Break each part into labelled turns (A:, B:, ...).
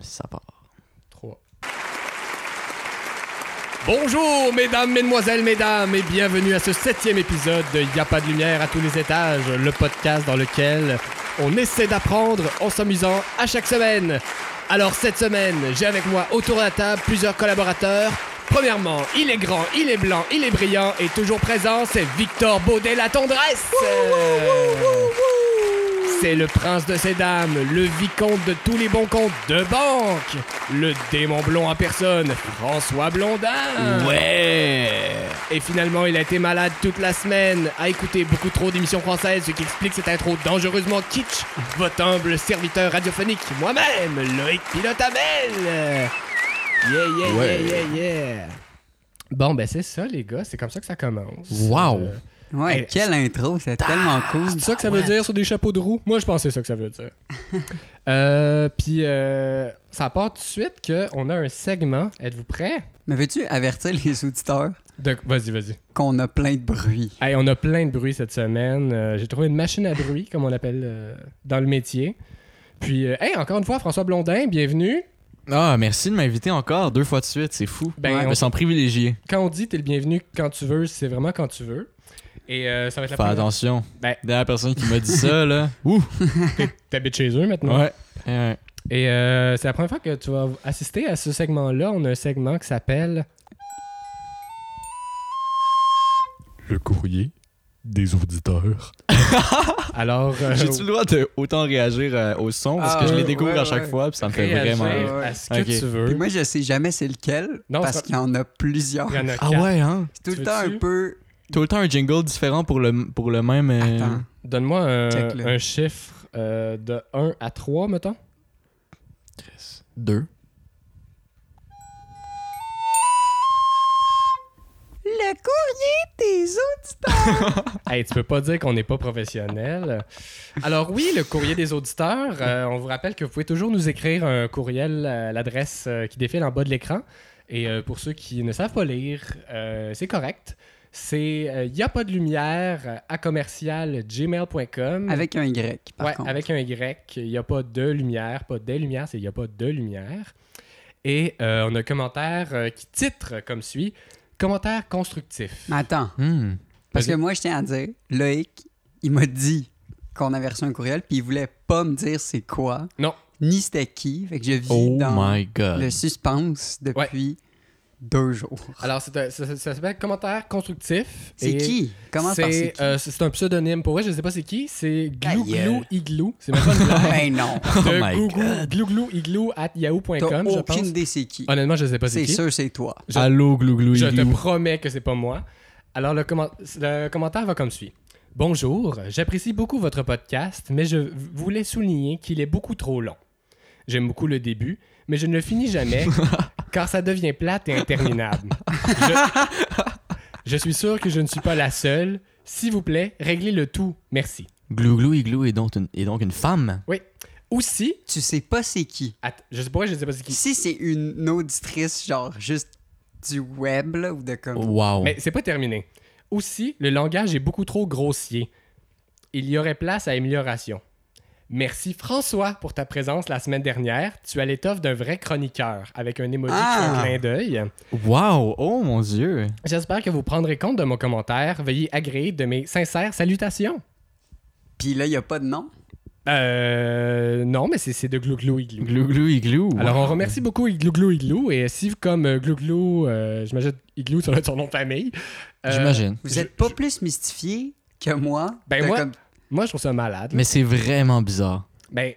A: ça part.
B: 3. Bonjour, mesdames, mesdemoiselles, mesdames, et bienvenue à ce septième épisode de Y'a pas de lumière à tous les étages, le podcast dans lequel on essaie d'apprendre en s'amusant à chaque semaine. Alors cette semaine, j'ai avec moi autour de la table plusieurs collaborateurs. Premièrement, il est grand, il est blanc, il est brillant et toujours présent, c'est Victor Baudet la tendresse. C'est le prince de ces dames, le vicomte de tous les bons comptes de banque, le démon blond en personne, François Blondin.
A: Ouais!
B: Et finalement, il a été malade toute la semaine, a écouté beaucoup trop d'émissions françaises, ce qui explique cette intro dangereusement kitsch. Votre humble serviteur radiophonique, moi-même, Loïc Pilotabel. Yeah, yeah,
C: Ouais.
B: yeah, yeah, yeah. Bon, ben c'est ça, les gars, c'est comme ça que ça commence.
A: Wow.
B: Euh,
D: Ouais,
B: Hey,
D: quelle intro, Oh, c'est tellement cool.
B: C'est ça que ça veut dire sur des chapeaux de roue? Moi, je pensais ça que ça veut dire. Euh, Puis, euh, ça part tout de suite qu'on a un segment. Êtes-vous prêts?
D: Mais veux-tu avertir les auditeurs
B: De- Vas-y, vas-y.
D: qu'on a plein de bruit?
B: Hey, on a plein de bruit cette semaine. Euh, J'ai trouvé une machine à bruit, comme on l'appelle euh, dans le métier. Puis, euh, hey, encore une fois, François Blondin, bienvenue.
C: Ah, merci de m'inviter encore deux fois de suite, c'est fou.
B: Ben,
C: je
B: on-
C: me sens privilégié.
B: Quand on dit t'es le bienvenu quand tu veux, c'est vraiment quand tu veux. Et euh, ça va être la
C: Fais
B: première...
C: attention.
B: Ben-
C: Dernière personne qui m'a dit ça, là. Ouh!
B: T'habites chez eux maintenant.
C: Ouais. Eh, ouais.
B: Et euh, c'est la première fois que tu vas assister à ce segment-là. On a un segment qui s'appelle
E: Le courrier des auditeurs.
B: Alors, euh,
C: J'ai-tu le droit de autant réagir euh, au son? Parce
D: Ah,
C: que je
D: ouais,
C: les découvre
D: ouais,
C: à chaque
D: ouais.
C: fois, puis ça me fait
B: réagir
C: vraiment rire.
D: rire.
B: à ce que
C: Ok.
B: tu
D: Puis
B: veux.
D: moi, je sais jamais c'est lequel
B: Non,
D: parce
B: c'est-
D: qu'il y en a plusieurs.
B: Il y en a
C: Ah
B: quatre.
C: ouais, hein?
D: C'est tout
B: Tu
D: le temps
B: veux-tu?
D: un peu.
C: Tout le temps un jingle différent pour le, pour le même. euh,
D: Attends.
B: Donne-moi un,
D: Check-le.
B: un chiffre euh, de 1 à 3, mettons.
C: Deux.
D: Le courrier des auditeurs.
B: Hey, tu peux pas dire qu'on n'est pas professionnel. Alors oui, le courrier des auditeurs, euh, on vous rappelle que vous pouvez toujours nous écrire un courriel à l'adresse euh, qui défile en bas de l'écran. Et euh, pour ceux qui ne savent pas lire, euh, c'est correct. C'est euh, y a pas de lumière euh, à commercial gmail.com.
D: Avec un Y, par
B: ouais,
D: contre.
B: avec un Y. Il n'y a pas de lumière, pas des lumières, c'est il n'y a pas de lumière. Et euh, on a un commentaire euh, qui titre comme suit Commentaire constructif.
D: Mais attends,
C: Hmm.
D: parce que
B: Vas-y.
D: moi, je tiens à dire, Loïc, il m'a dit qu'on avait reçu un courriel, puis il voulait pas me dire c'est quoi.
B: Non.
D: Ni c'était qui. Fait que je vis
C: Oh
D: dans
C: my god.
D: le suspense depuis deux jours.
B: Alors, c'est un- ça, ça- ça s'appelle Commentaire constructif.
D: C'est
B: Et
D: qui? Comment ça c'est
B: C'est
D: qui?
B: euh, c'est un pseudonyme. Pour vrai, je ne sais pas c'est qui. C'est
D: Ta
B: Glou Glou
D: gueule.
B: Igloo. C'est même pas une blague.
D: Ben non.
C: Oh
B: De
C: my
B: Glou Glou- Glou Glou Igloo at
D: T'as
B: yahoo.com, je pense.
D: aucune idée c'est qui.
B: Honnêtement, je ne sais pas c'est
D: C'est
B: qui.
D: sûr, c'est toi.
B: je-
C: Allô, glou glou
B: Je te
C: igloo.
B: promets que c'est pas moi. Alors, le, comment- le commentaire va comme suit. Bonjour, j'apprécie beaucoup votre podcast, mais je v- voulais souligner qu'il est beaucoup trop long. J'aime beaucoup le début, mais je ne le finis jamais car ça devient plate et interminable. Je, je suis sûr que je ne suis pas la seule. S'il vous plaît, réglez le tout. Merci.
C: Glou glou igloo est donc une, est donc une femme.
B: Oui. Aussi,
D: Tu sais pas c'est qui.
B: att- je sais pas, je sais pas c'est qui.
D: Si c'est une auditrice, genre juste du web là, ou de comme.
C: Wow.
B: Mais c'est pas terminé. Aussi, le langage est beaucoup trop grossier. Il y aurait place à amélioration. Merci François pour ta présence la semaine dernière. Tu as l'étoffe d'un vrai chroniqueur avec un émoji qui fait un
D: Ah.
B: clin d'œil.
C: Wow. Oh mon dieu.
B: J'espère que vous prendrez compte de mon commentaire. Veuillez agréer de mes sincères salutations.
D: Puis là, il a pas de nom.
B: Euh. Non, mais c'est c'est de glou glou igloo.
C: Glou glou igloo.
B: Alors, on remercie beaucoup Igloo Glou Igloo. Et si, comme euh, Glou Glou, euh, j'imagine Igloo, ça doit être son nom de famille. euh,
C: J'imagine.
D: Vous
B: Je-
D: êtes pas plus mystifié que moi.
B: Ben
D: de
B: moi-
D: comme-
B: Moi, je trouve ça malade.
C: Mais c'est vraiment bizarre.
B: Ben,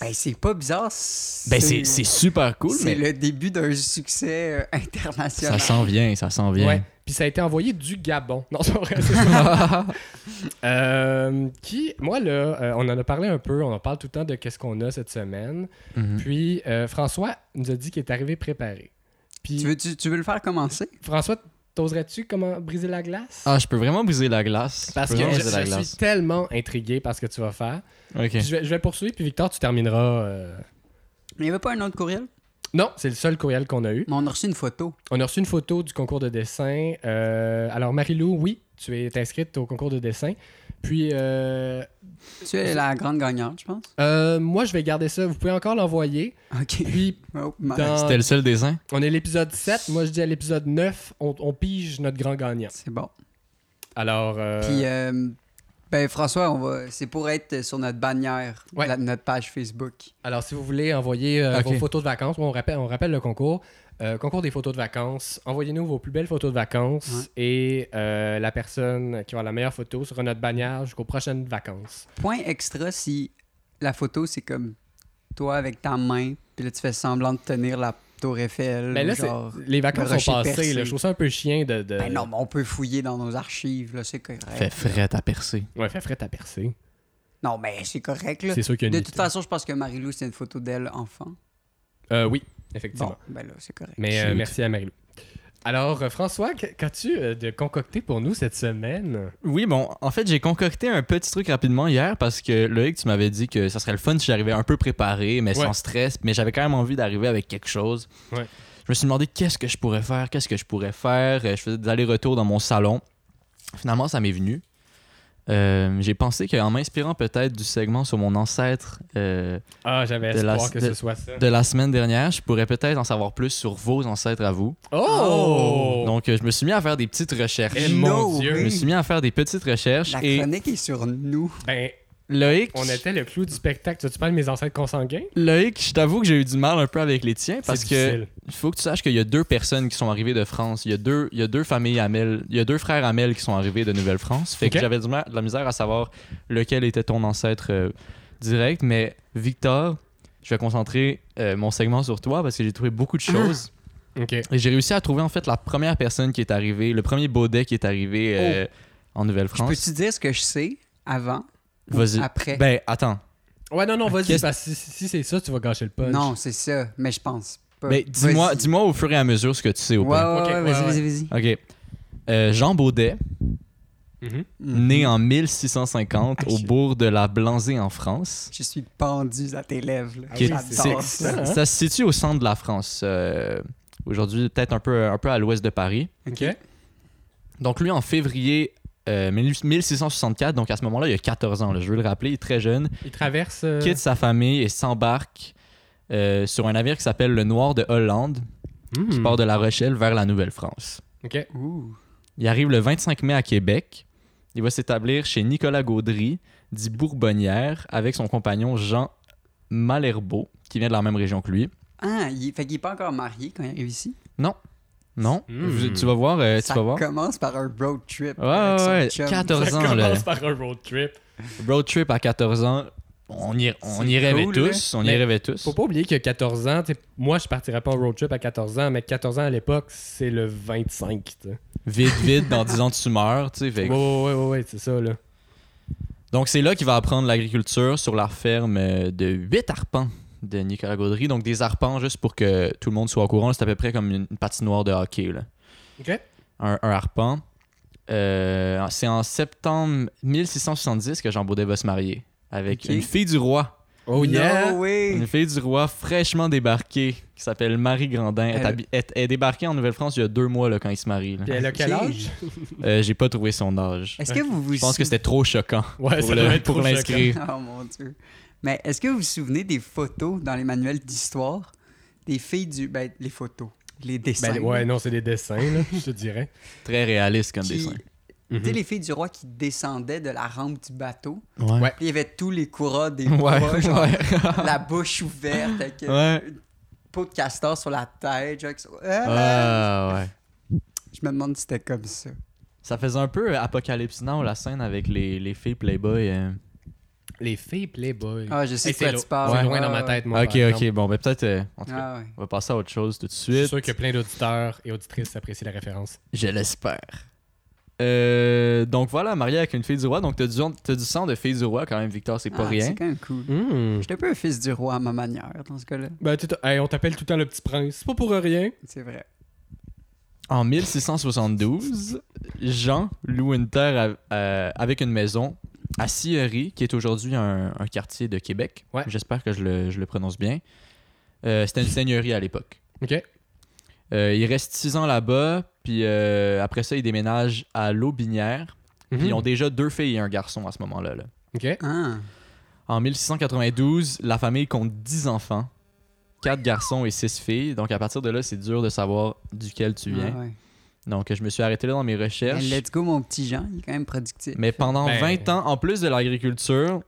D: Ben, c'est pas bizarre. c'est-
C: Ben c'est c'est super cool,
D: C'est
C: mais
D: le début d'un succès euh,
C: ça
D: international.
C: s'en vient, ça s'en vient.
B: Ouais. Puis ça a été envoyé du Gabon. Non, c'est pas vrai. c'est ça. Euh, qui, moi, là, euh, on en a parlé un peu. On en parle tout le temps de qu'est-ce qu'on a cette semaine.
C: Mhm.
B: Puis euh, François nous a dit qu'il est arrivé préparé. Puis
D: Tu veux, tu, tu veux le faire commencer?
B: François, t'oserais-tu comment briser la glace?
C: Ah, je peux vraiment briser la glace.
B: parce
C: Je
B: que
C: peux
B: je,
C: vraiment briser la
B: je suis
C: glace.
B: tellement intrigué par ce que tu vas faire.
C: Ok.
B: Puis je, vais, je vais poursuivre, puis Victor, tu termineras. euh,
D: Il n'y avait pas un autre courriel?
B: Non, c'est le seul courriel qu'on a eu.
D: Mais on a reçu une photo.
B: On a reçu une photo du concours de dessin. Euh, alors, Marie-Lou, oui, tu es inscrite au concours de dessin. Puis, euh,
D: Tu es la grande gagnante, je pense.
B: euh, moi, je vais garder ça. Vous pouvez encore l'envoyer.
D: OK.
B: Puis,
D: Oh, my-
B: Dans-
C: C'était le seul dessin.
B: on est à l'épisode 7. Moi, je dis à l'épisode 9, on, on pige notre grand gagnant.
D: C'est bon.
B: Alors, euh,
D: Puis, euh, ben, François, on va... c'est pour être sur notre bannière,
B: Ouais.
D: la- notre page Facebook.
B: alors si vous voulez envoyer euh,
C: Ok.
B: vos photos de vacances, on rappelle, on rappelle le concours. Euh, concours des photos de vacances. Envoyez-nous vos plus belles photos de vacances et euh, la personne qui aura la meilleure photo sera notre bannière jusqu'aux prochaines vacances.
D: Point extra si la photo, c'est comme toi avec ta main, puis là, tu fais semblant de tenir la Tour Eiffel.
B: Mais
D: ou
B: Ben là, c'est-
D: Euh, genre...
B: les vacances
D: le
B: sont
D: rocher
B: passées.
D: percé.
B: là. je trouve ça un peu chien de. de...
D: Ben non, mais on peut fouiller dans nos archives, là, c'est correct.
C: Fait fret à percer.
B: Ouais, fait frais à percer.
D: Non, mais c'est correct, là.
B: C'est sûr qu'il y a
D: De
B: une-
D: toute façon, je pense que Marie-Lou, c'est une photo d'elle enfant.
B: Euh, oui,
D: Bon,
B: effectivement.
D: ben là, c'est correct.
B: Mais euh,
C: Cute.
B: merci à Marie-Lou. Alors, euh, François, que- qu'as-tu euh, de concocté pour nous cette semaine?
C: Oui, bon, en fait, j'ai concocté un petit truc rapidement hier parce que Loïc, tu m'avais dit que ça serait le fun si j'arrivais un peu préparé, mais
B: Ouais.
C: sans stress, mais j'avais quand même envie d'arriver avec quelque chose.
B: Ouais.
C: Je me suis demandé qu'est-ce que je pourrais faire, qu'est-ce que je pourrais faire. Euh, Je faisais des allers-retours dans mon salon. Finalement, ça m'est venu. Euh, j'ai pensé qu'en m'inspirant peut-être du segment sur mon ancêtre euh,
B: Ah, j'avais
C: De la-
B: espoir que
C: de-
B: ce soit ça.
C: de la semaine dernière, je pourrais peut-être en savoir plus sur vos ancêtres à vous.
B: Oh!
C: Donc, euh, je me suis mis à faire des petites recherches.
B: Eh mon
D: No
B: Dieu!
C: Je me suis mis à faire des petites recherches
D: La
C: et
D: chronique est sur nous.
B: Ben,
C: Loïc,
B: on était le clou du spectacle. Tu- Tu parles de mes ancêtres consanguins?
C: Loïc, je t'avoue que j'ai eu du mal un peu avec les tiens
B: C'est
C: parce que
B: difficile.
C: il faut que tu saches qu'il y a deux personnes qui sont arrivées de France. Il y a deux, il y a deux familles Hamel, il y a deux frères Hamel qui sont arrivés de Nouvelle-France. Fait
B: Ok.
C: que j'avais du mal- de la misère à savoir lequel était ton ancêtre euh, direct. Mais Victor, je vais concentrer euh, mon segment sur toi parce que j'ai trouvé beaucoup de choses.
B: OK.
C: Et j'ai réussi à trouver en fait la première personne qui est arrivée, le premier Baudet qui est arrivé euh, en
D: Je peux-tu
C: Nouvelle-France.
D: dire ce que je sais avant ou
C: Vas-y.
D: après?
C: Ben attends.
B: Ouais, non, non, vas-y,
C: Qu'est-ce-
B: parce que si, si c'est ça, tu vas gâcher le punch.
D: non, c'est ça, mais je pense pas.
C: Ben, dis-moi,
D: Vas-y.
C: dis-moi au fur et à mesure ce que tu sais au
D: Ouais, ouais,
C: point.
B: Ok,
D: ouais,
B: ouais,
D: vas-y,
B: ouais.
D: vas-y, vas-y.
C: Ok. Euh, Jean Baudet,
B: Mhm.
D: Mm.
C: né en 1650
D: Ah,
C: au
D: shit.
C: bourg de la Blanzée en France.
D: Je suis pendu à tes lèvres. là.
B: Ah
C: Qui est-
B: oui,
D: J'adore
C: c'est-
D: ça.
B: Ah, hein?
C: Ça se situe au centre de la France. euh, Aujourd'hui, peut-être un peu, un peu à l'ouest de Paris.
B: OK.
C: Donc lui, en février euh, 1664, donc à ce moment-là, il a 14 ans, là, je veux le rappeler, il est très jeune,
B: Il traverse... euh,
C: quitte sa famille et s'embarque euh, sur un navire qui s'appelle le Noir de Hollande,
B: hmm.
C: qui part de La Rochelle vers la Nouvelle-France.
B: OK.
D: Ouh.
C: Il arrive le 25 mai à Québec. Il va s'établir chez Nicolas Gaudry, dit Bourbonnière, avec son compagnon Jean Malherbeau, qui vient de la même région que lui.
D: Ah, il... fait qu'il est pas encore marié quand il arrive ici.
C: Non?
B: Hmm.
C: Vous- Tu vas voir. euh, tu
D: ça
C: vas voir.
D: commence par un road trip.
C: Ouais,
D: avec son
C: ouais,
D: chum.
C: 14
B: Ça
C: ans, là.
B: commence par un road trip.
C: Road trip à 14 ans. On y, on
D: C'est
C: y rêvait
D: cool,
C: tous. On y
B: Mais
C: rêvait tous.
B: Faut pas oublier que 14 ans, t'sais, moi, je partirais pas en road trip à 14 ans, mais 14 ans à l'époque, c'est le 25, tu sais.
C: Vite, vite, dans 10 ans, tu meurs. tu sais, fait
B: Ouais,
C: que-
B: ouais, ouais, ouais, c'est ça, là.
C: Donc, c'est là qu'il va apprendre l'agriculture sur la ferme euh, de 8 arpents de Nicolas Gaudry. Donc, des arpents, juste pour que tout le monde soit au courant, c'est à peu près comme une patinoire de hockey. Là.
B: OK.
C: un, un harpent. Euh, c'est en septembre 1670 que Jean Baudet va se marier avec
D: Ok.
C: une fille du roi.
B: Oh, yeah!
D: No way.
C: Une fille du roi fraîchement débarquée qui s'appelle Marie Grandin. Elle, est
D: Elle-
C: habi- est- est débarquée en Nouvelle-France il y a deux mois là, quand il se marie. là.
B: Puis elle a quel
D: Ok.
B: âge?
C: Euh, J'ai pas trouvé son âge.
D: Est-ce que vous vous
C: Je pense que c'était trop choquant
B: Ouais,
C: pour
B: ça doit
C: le-
B: être
C: pour
B: trop
C: l'inscrire.
D: Oh mon dieu. Mais est-ce que vous vous souvenez des photos dans les manuels d'histoire des filles du ben les photos, les dessins.
B: Ben, ouais, non, c'est des dessins, là, je te dirais.
C: Très réaliste comme
D: qui-
C: dessin.
D: Tu
C: Mhm.
D: sais, les filles du roi qui descendaient de la rampe du bateau.
C: Ouais.
B: Ouais.
C: Ouais.
D: Puis il y avait tous les courants des rois, genre,
C: ouais.
D: la bouche ouverte, avec euh,
C: Ouais.
D: une peau de castor sur la tête. genre, qui sont- Ah!
C: Ah, ouais.
D: Je me demande si c'était comme ça.
C: Ça faisait un peu euh, Apocalypse Now, la scène avec les, les filles Playboy. euh.
B: Les filles Playboy.
D: Ah, je sais
B: Hey,
D: de quoi
B: lo-
D: tu parles.
B: c'est loin
D: Ouais,
B: dans ma
D: ouais.
B: tête, moi.
C: Ok,
B: par exemple.
C: ok. Bon, ben peut-être. euh, en tout cas,
D: Ah ouais.
C: On va passer à autre chose tout de
B: Je
C: suite.
B: suis sûr qu'il y a plein d'auditeurs et auditrices apprécient la référence.
C: Je l'espère. Euh, donc voilà, marié avec une fille du roi. Donc t'as du, t'as du sang de fille du roi quand même, Victor, c'est pas
D: Ah,
C: rien.
D: C'est quand même cool. J'étais un peu un fils du roi à ma manière, dans ce cas-là.
B: Hmm. Ben, tu t'as- hey, on t'appelle tout le temps le petit prince. C'est pas pour rien.
D: C'est vrai.
C: En 1672, Jean loue une terre à- euh, avec une maison à Sillery, qui est aujourd'hui un, un quartier de Québec.
B: Ouais.
C: J'espère que je le, je le prononce bien. Euh, c'était une seigneurie à l'époque.
B: OK.
C: Euh, il reste six ans là-bas, puis euh, après ça, il déménage à L'Aubinière,
D: Mhm.
C: Puis ils ont déjà deux filles et un garçon à ce moment-là. là.
B: Mhm. OK.
D: Ah.
C: En 1692, la famille compte 10 enfants, 4 garçons et 6 filles. Donc à partir de là, c'est dur de savoir duquel tu viens.
D: Ah ouais.
C: Donc je me suis arrêté là dans mes
D: Ben,
C: recherches.
D: let's go, mon petit Jean. Il est quand même productif.
C: Mais pendant
B: Ben-
C: 20 ans, en plus de l'agriculture,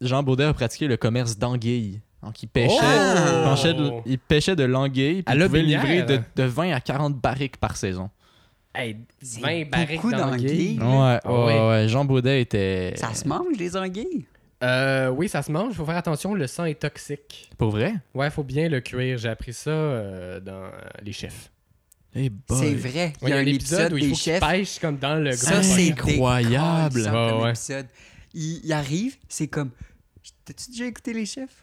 C: Jean Baudet a pratiqué le commerce d'anguilles. Donc, il pêchait,
B: Oh!
C: il pêchait de, il pêchait de l'anguille, puis
B: À
C: il pouvait
B: Lobinière.
C: livrer de, de 20 à 40 barriques par saison.
B: Hey, 20
D: C'est
B: barriques
D: beaucoup
B: d'anguilles.
D: d'anguilles.
C: Ouais,
B: Ah
C: ouais,
B: ouais.
C: ouais. Jean Baudet était...
D: Ça se mange, les anguilles?
B: Euh, oui, ça se mange. Faut faire attention, le sang est toxique.
C: Pour vrai?
B: Ouais, faut bien le cuire. J'ai appris ça euh, dans euh, Les Chefs.
C: Eh boy.
D: C'est vrai.
B: Ouais,
D: Il y a un épisode,
B: où il
D: des
B: faut qu'ils
D: chefs.
B: pêchent comme dans le
D: Ça,
B: grand-
D: c'est
C: Incroyable.
D: décalissant
B: Ouais,
D: comme
B: ouais.
D: épisode. Il, il arrive, c'est comme. T'as-tu déjà écouté les chefs?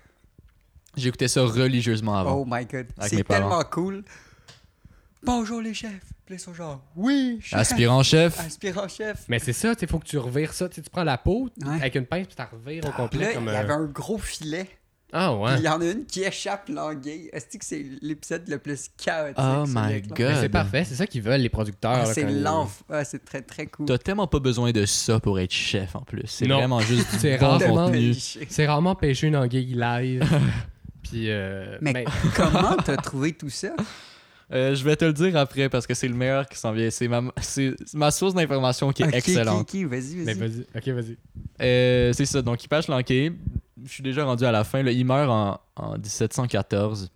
C: J'écoutais ça religieusement avant.
D: Oh my god,
C: Ah Avec mes
D: c'est
C: parents.
D: tellement cool. Bonjour les chefs. Puis là, ils sont genre, oui, chef.
C: Aspirant
D: Ah,
C: chef.
D: Aspirant chef.
B: Mais c'est ça, il faut que tu revires ça. Tu sais, tu prends la peau
D: Ouais.
B: avec une pince puis tu la revires au
D: Puis
B: complet.
D: là,
B: comme
D: il y
B: un-
C: euh,
D: avait un gros filet.
B: Ah
D: Puis
B: ouais.
D: il y en a une qui échappe l'anguille. Est-ce que c'est l'épisode le plus chaotique?
C: Oh
D: sur
C: my
B: Mais
D: le-
C: god.
B: c'est parfait, c'est ça qu'ils veulent, les producteurs.
D: Ah,
B: là,
D: c'est
B: quand ils-
D: l'enf. Ah, c'est très, très cool.
C: T'as tellement pas besoin de ça pour être chef en plus. C'est
B: Non.
C: vraiment juste
B: C'est
C: du bon
B: rarement-
C: contenu.
D: Péché.
B: C'est rarement pêcher une anguille live. puis. euh,
D: Mais-
B: mais-
D: Comment t'as trouvé tout ça?
C: Euh, je vais te le dire après parce que c'est le meilleur qui s'en vient. C'est ma, c'est ma source d'information qui est
D: Ok, ok,
C: excellente.
D: ok, vas-y,
B: mais
D: vas-y.
B: vas-y. Ok, vas-y.
C: Euh, c'est ça, donc il pêche l'anquet. Je suis déjà rendu à la fin. là. Il meurt en, en 1714.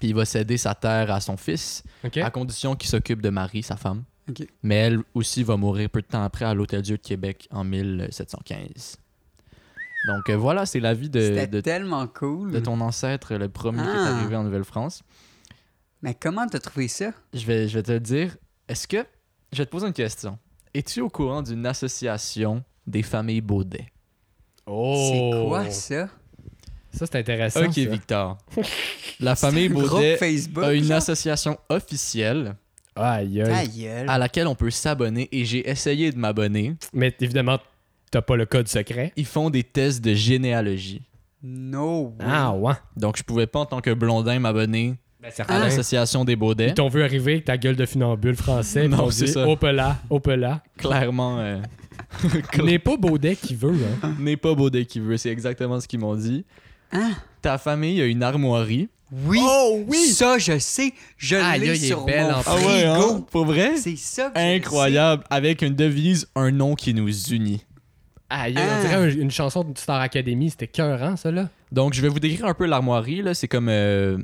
C: Puis il va céder sa terre à son fils,
B: Ok.
C: à condition qu'il s'occupe de Marie, sa femme.
D: Ok.
C: Mais elle aussi va mourir peu de temps après à l'Hôtel-Dieu de Québec en 1715. Donc euh, voilà, c'est la vie de,
D: C'était
C: de,
D: tellement cool.
C: de ton ancêtre, le premier qui est
D: Ah.
C: arrivé en Nouvelle-France.
D: Mais comment t'as trouvé ça?
C: Je vais, je vais te le dire. Est-ce que. Je vais te poser une question. Es-tu au courant d'une association des familles Baudet?
D: C'est
B: Oh!
D: quoi ça?
B: Ça, c'est intéressant.
C: Ok,
B: ça.
C: Victor. La famille
D: Groupe
C: Baudet
D: Facebook.
C: a une
D: genre?
C: association officielle
B: Aïe, aïe.
D: Ta gueule.
C: à laquelle on peut s'abonner et j'ai essayé de m'abonner.
B: Mais évidemment, t'as pas le code secret.
C: Ils font des tests de généalogie.
D: No way.
B: Ah ouais.
C: Donc, je pouvais pas, en tant que blondin, m'abonner
B: Ben,
C: à
B: certain.
D: Ah,
C: l'association des Baudets.
B: Ils t'ont vu arriver avec ta gueule de funambule français.
C: Non,
B: puis ils ont
C: c'est
B: dit, oh,
C: ça.
B: Opela, opela.
C: Clairement, euh,
B: N'est pas Baudet qui veut, hein.
C: n'est pas Baudet qui veut. C'est exactement ce qu'ils m'ont dit.
D: Hein?
C: Ta famille a une armoirie.
D: Oui.
C: Oh,
B: Oh,
D: Ça, je sais. Je
B: Aïe,
D: l'ai
B: aïe, il est
D: sur
B: belle
D: mon
B: en
C: Ah
D: frigo.
C: ouais, hein? Pour vrai?
D: C'est ça. que je
C: Incroyable. Avec une devise, un nom qui nous unit.
B: Aïe,
D: Ah.
B: on dirait un- une chanson de Star Academy. C'était cœurant, ça, là.
C: Donc, je vais vous décrire un peu l'armoirie. là. C'est comme. euh,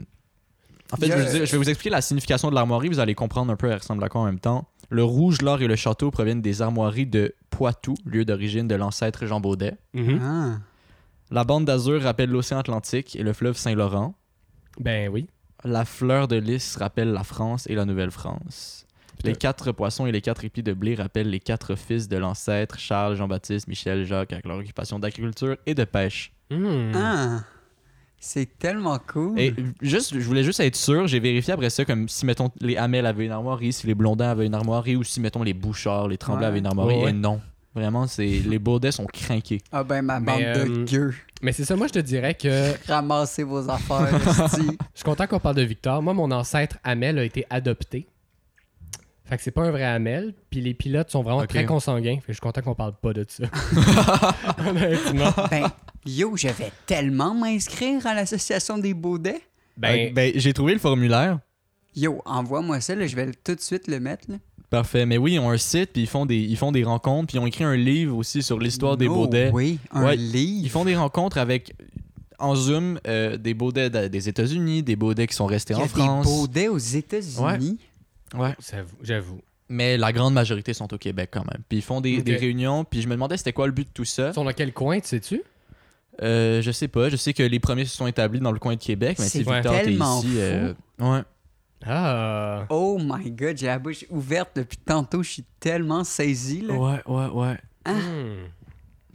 C: En fait,
D: Il y
C: je,
D: a-
C: vais vous dire- je vais vous expliquer la signification de l'armoirie. Vous allez comprendre un peu, elle ressemble à quoi en même temps. Le rouge, l'or et le château proviennent des armoiries de Poitou, lieu d'origine de l'ancêtre Jean Baudet.
D: sais.
B: Mm-hmm.
D: Ah.
C: La bande d'azur rappelle l'océan Atlantique et le fleuve Saint-Laurent.
B: Ben oui.
C: La fleur de lys rappelle la France et la Nouvelle-France. Les quatre poissons et les quatre épis de blé rappellent les quatre fils de l'ancêtre Charles, Jean-Baptiste, Michel, Jacques, avec leur occupation d'agriculture et de pêche.
B: Hmm.
D: Ah. C'est tellement cool.
C: Et juste, je voulais juste être sûr, j'ai vérifié après ça, comme si, mettons, les Hamel avaient une armoirie, si les Blondins avaient une armoirie, ou si, mettons, les Bouchards, les Tremblay
D: Ouais.
C: avaient une armoirie.
B: Ouais, ouais.
C: Et non. Vraiment, c'est les Baudets sont craqués.
D: Ah ben, ma bande
B: Mais,
D: de
B: euh,
D: gueux.
B: Mais c'est ça, moi, je te dirais que
D: Ramassez vos affaires, esti.
B: Je suis content qu'on parle de Victor. Moi, mon ancêtre Amel a été adopté. Fait que c'est pas un vrai Amel. Puis les pilotes sont vraiment
C: Ok.
B: très consanguins. Fait que je suis content qu'on parle pas de ça. Honnêtement.
D: Ben, yo, je vais tellement m'inscrire à l'association des Baudets.
B: Ben,
C: Euh, ben, j'ai trouvé le formulaire.
D: Yo, envoie-moi ça, là, je vais le- tout de suite le mettre. là.
C: Parfait. Mais oui, ils ont un site, puis ils font des, ils font des rencontres, puis ils ont écrit un livre aussi sur l'histoire des
D: No
C: Baudets.
D: way, un
C: Ouais, Ils
D: livre.
C: font des rencontres avec, en Zoom, euh, des Baudets d'a- des États-Unis, des Baudets qui sont restés
D: Il y
C: en
D: a
C: France.
D: des Baudets aux États-Unis.
C: Ouais.
B: j'avoue- j'avoue.
C: Mais la grande majorité sont au Québec quand même. Puis ils font des,
B: Ok.
C: des réunions, puis je me demandais c'était quoi le but de tout ça.
B: Ils sont dans quel coin, tu sais-tu?
C: Euh, je sais pas. Je sais que les premiers se sont établis dans le coin de Québec, mais
D: C'est
C: si Victor, t'es
D: tellement
C: ici.
D: fou.
C: euh, ouais.
B: Ah.
D: Oh my god, j'ai la bouche ouverte depuis tantôt, je suis tellement saisi. Là.
C: ouais, ouais, ouais.
B: Hmm.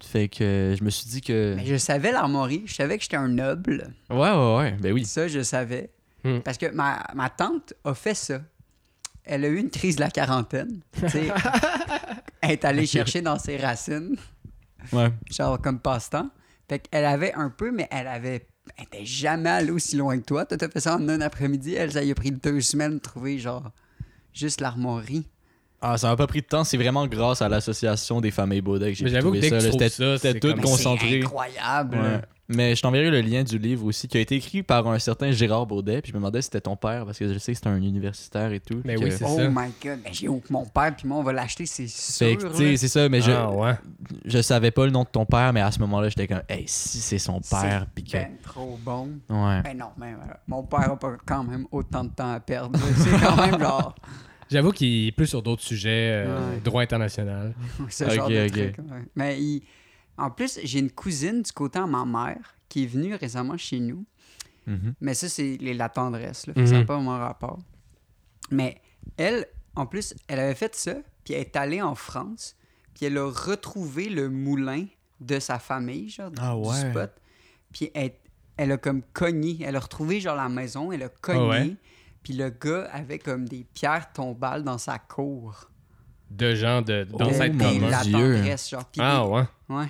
C: Fait que euh, je me suis dit que.
D: Mais je savais l'armorie, je savais que j'étais un noble.
C: Ouais, ouais, ouais. Ben oui.
D: Ça, je savais.
B: Hmm.
D: Parce que ma, ma tante a fait ça. Elle a eu une crise de la quarantaine. tu sais. elle est allée chercher dans ses racines,
C: Ouais.
D: genre comme passe-temps. Fait qu'elle avait un peu, mais elle avait. Elle était jamais allée aussi loin que toi. Toi, t'as fait ça en un après-midi. Elle, ça y a pris deux semaines de trouver, genre, juste l'armorie.
C: Ah, ça m'a pas pris de temps. C'est vraiment grâce à l'association des familles Baudet que j'ai
B: Mais j'avoue
C: trouvé
B: que dès que
C: là.
B: tu trouves
C: C'était-
B: ça, c'est
C: C'était tout
B: comme-
D: Mais
C: concentré.
D: C'est incroyable.
C: Ouais. Mais je t'enverrai le lien du livre aussi qui a été écrit par un certain Gérard Baudet. Puis je me demandais si c'était ton père parce que je sais que c'est un universitaire et tout.
B: Mais
C: puis
B: oui,
C: que-
B: c'est
D: Oh
B: ça.
D: my god, ben, j'ai mon père puis moi on va l'acheter, c'est
C: Fait
D: sûr. hein.
C: que, tu
D: là.
C: sais, c'est ça, mais je,
B: Ah ouais.
C: je savais pas le nom de ton père, mais à ce moment-là, j'étais comme, hey, si c'est son père,
D: C'est
C: puis que.
D: ben trop bon.
C: Ouais.
D: Ben non, mais euh, mon père a pas quand même autant de temps à perdre. C'est quand même genre
B: J'avoue qu'il est plus sur d'autres sujets, euh,
D: Ouais.
B: droit international.
D: ce
C: Ok,
D: genre de
C: ok.
D: truc, ouais. Mais il- en plus, j'ai une cousine du côté à ma mère qui est venue récemment chez nous.
C: Mhm.
D: Mais ça, c'est les- la tendresse. Là. Fait que Ça
B: Mhm.
D: n'a pas vraiment rapport. Mais elle, en plus, elle avait fait ça, puis elle est allée en France, puis elle a retrouvé le moulin de sa famille, genre, du,
C: Ah
D: du
C: ouais.
D: spot. Puis elle, elle a comme cogné. Elle a retrouvé, genre, la maison, elle a cogné.
B: Ah ouais?
D: Puis le gars avait comme des pierres tombales dans sa cour.
B: De gens de,
D: cette
B: d'ancêtres
C: Oh mon
B: communs.
D: La
C: Dieu.
D: tendresse, genre. Puis
B: Ah
D: des-
B: ouais.
D: ouais.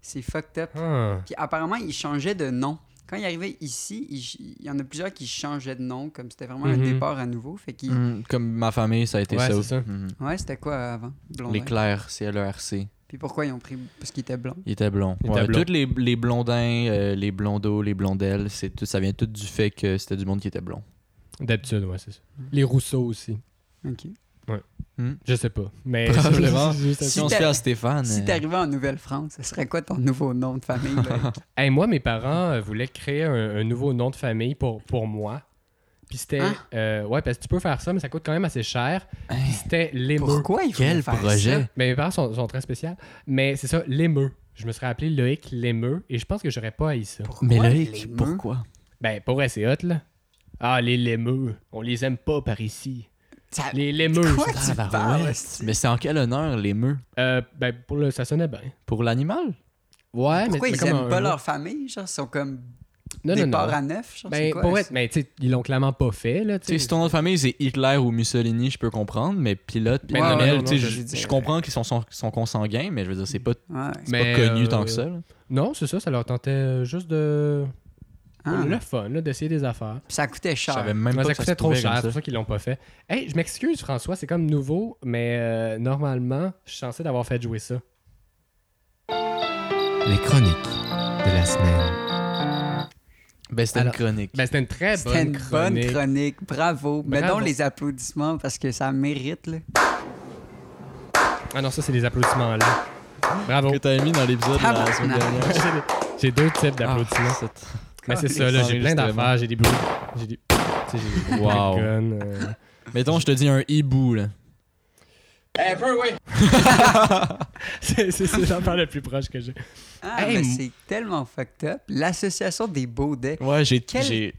D: C'est fucked up.
B: Ah.
D: Puis apparemment, il changeait de nom. Quand il arrivait ici, il, ch- il y en a plusieurs qui changeaient de nom, comme c'était vraiment
B: Mhm.
D: un départ à nouveau. Fait qu'il...
C: Mm, comme ma famille, ça a été
B: Ouais,
C: ça.
B: c'est ça.
C: Mhm.
D: Ouais, c'était quoi euh, avant? Blondin.
C: Les Clairs, E C-L-E-R-C.
D: Puis pourquoi ils ont pris... Parce qu'il était blond.
C: Ils étaient blonds.
B: Ils étaient
C: Ouais,
B: blonds.
C: Tous les, les blondins, euh, les blondos, les blondelles, c'est tout, ça vient tout du fait que c'était du monde qui était blond.
B: D'habitude, ouais, c'est ça. Les Rousseau aussi.
D: OK.
B: Je sais pas. Mais
C: Probablement.
B: Juste-
C: Si,
D: Si
C: on se
D: t'as-
C: fait à Stéphane.
D: Si
C: euh,
D: t'arrivais en Nouvelle-France, ce serait quoi ton nouveau nom de famille? ben? là?
B: Hey, moi, mes parents euh, voulaient créer un, un nouveau nom de famille pour, pour moi. Puis c'était.
D: Hein?
B: euh, ouais, parce que tu peux faire ça, mais ça coûte quand même assez cher. Puis c'était l'émeu.
D: pourquoi ils voulaient
C: quel
D: faire
C: projet
D: ça?
B: Mais mes parents sont, sont très spéciaux. Mais c'est ça, l'émeu. Je me serais appelé Loïc l'émeu et je pense que j'aurais pas haï ça.
D: Pourquoi
C: Mais
D: les
C: Loïc,
D: meux?
C: pourquoi
B: Ben, pour vrai, c'est hot, là. Ah, les lémeux. On les aime pas par ici.
D: Ça-
B: Les lémeux.
D: Ah, Quoi tu
C: Tabarouette.
D: parles? hostie?
C: Mais c'est en quel honneur les meux
B: Euh, ben, pour le, ça sonnait bien.
C: Pour l'animal
B: Ouais,
D: Pourquoi
B: mais
D: ils aiment pas leur famille? Genre, ils sont comme
B: non, non,
D: départ
B: non.
D: à neuf? Genre, c'est
B: Ben,
D: quoi?
B: pour être, mais tu sais, ils l'ont clairement pas fait, là.
C: Tu sais,
B: tu
C: si
B: sais.
C: ton nom de famille c'est Hitler ou Mussolini, je peux comprendre, mais pilote, puis
B: Mais Ben, non,
C: Colonel,
B: non, non,
C: tu sais,
B: je
C: je,
D: veux dire-
C: je comprends qu'ils sont, sont, sont consanguins, mais je veux dire, c'est pas,
D: Ouais.
C: c'est pas
B: Mais,
C: connu
B: euh,
C: tant que ça. là.
B: Non, c'est ça, ça leur tentait euh, juste de.
D: Ah.
B: le fun, Oh là, d'essayer des affaires.
D: Puis ça coûtait
C: Je
D: cher.
C: savais même
B: Mais ça
C: pas que ça se
B: coûtait trop
C: trouvait
B: cher, c'est
C: comme
B: pour
C: ça.
B: ça qu'ils l'ont pas fait. Hey, je m'excuse, François, c'est comme nouveau, mais euh, normalement, je suis censé d'avoir fait jouer ça.
A: Les chroniques de la semaine.
C: Ben, c'était une
B: Alors-
C: chronique.
B: Ben, c'était une très
D: C'était
B: bonne
D: une
B: chronique.
D: bonne chronique. Bravo. Mettons les applaudissements parce que ça mérite. Là.
B: Ah non, ça, c'est les applaudissements là. Bravo.
C: que t'avais mis dans l'épisode de la semaine
D: Tabarnak.
C: dernière.
B: J'ai deux types d'applaudissements.
C: Ah,
B: mais c'est ça, là, j'ai plein d'affaires, j'ai des bruits. J'ai des. tu sais, j'ai des
C: Wow.
B: guns, euh.
C: c'est- Mettons, je te dis un hibou, là.
B: C'est c'est- c'est l'affaire le plus proche que j'ai.
D: Ah,
B: Hey,
D: mais
B: m-
D: c'est tellement fucked up. L'association des Baudets,
C: Ouais, j'ai.
D: Quel-
C: j'ai-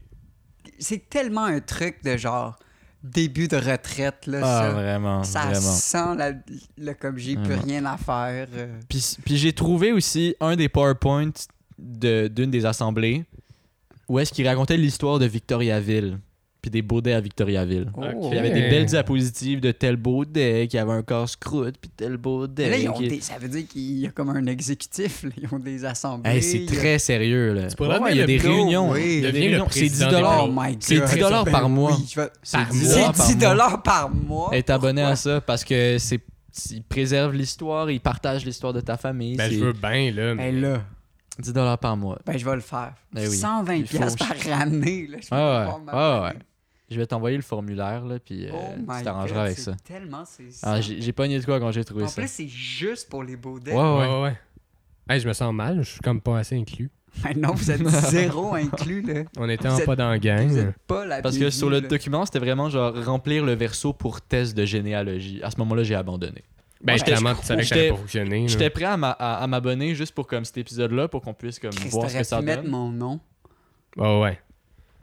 D: c'est tellement un truc de genre début de retraite. Là,
C: Ah,
D: ça.
C: vraiment,
D: Ça
C: vraiment.
D: sent la, le comme j'ai plus
C: Vraiment.
D: rien à faire. euh.
C: Puis, puis j'ai trouvé aussi un des PowerPoints de- d'une des assemblées où est-ce qu'il racontait l'histoire de Victoriaville, puis des Baudets à Victoriaville.
D: Oh.
B: Ok.
C: Ah, Puis Il y avait des belles diapositives de tel Baudet qui avait un casse-croûte, puis tel Baudet.
D: Mais là, ils ont
C: qui-
D: des- ça veut dire qu'il y a comme un exécutif. là. Ils ont des assemblées.
C: Hey, c'est
D: il y a-
C: très sérieux, là.
B: pourrais
C: Ouais, ouais, il y a
B: devenir
C: des
B: le-
C: réunions. hein.
D: No way.
C: Il y a des
B: Deviens le
C: réunions. C'est 10
B: président des
D: Oh
B: Bro,
D: my God.
C: c'est 10 dollars par
D: Ben
C: mois.
D: oui, je vais-
B: Par
D: C'est 10
C: mois, par
D: 10
C: mois.
D: dollars par mois.
C: Être abonné à ça parce que c'est ils préservent l'histoire, ils partagent l'histoire de ta famille.
B: Ben,
C: c'est
B: je veux bien, là. mais-
D: Ben là.
C: 10 dollars par mois.
D: Ben, je vais le faire.
C: Ben oui.
D: 120
C: Il faut-
D: pièces par année. Là, je vais
C: Ah ouais,
D: pouvoir
C: ah
D: m'abonner.
C: ouais. Je vais t'envoyer le formulaire, là, puis euh,
D: Oh my
C: tu t'arrangeras
D: God,
C: avec
D: c'est
C: ça.
D: Tellement, c'est ça.
C: Ah, j'ai j'ai pogné de quoi quand j'ai trouvé
D: en
C: ça.
D: plus, c'est juste pour les baudets.
C: ouais,
B: Ouais,
C: ouais.
B: ouais, ouais. Hey, je me sens mal, je suis comme pas assez inclus.
D: Ben non, vous êtes zéro inclus, là.
B: On était en
D: Vous êtes-
B: pas dans la gang.
D: Vous êtes pas la
C: Parce que
D: bienvenue,
C: sur le
D: là.
C: document, c'était vraiment genre remplir le verso pour test de généalogie. À ce moment-là, j'ai abandonné.
B: Ben,
C: J'étais-
B: clairement, tu savais que ça allait
C: j'étais-
B: pas fonctionner. là.
C: J'étais prêt à m'a- à à m'abonner juste pour comme cet épisode-là, pour qu'on puisse comme
D: Christ,
C: voir ce
D: t'aurais
C: que
D: pu
C: ça
D: mettre
C: donne.
D: mon nom.
B: Oh, ouais.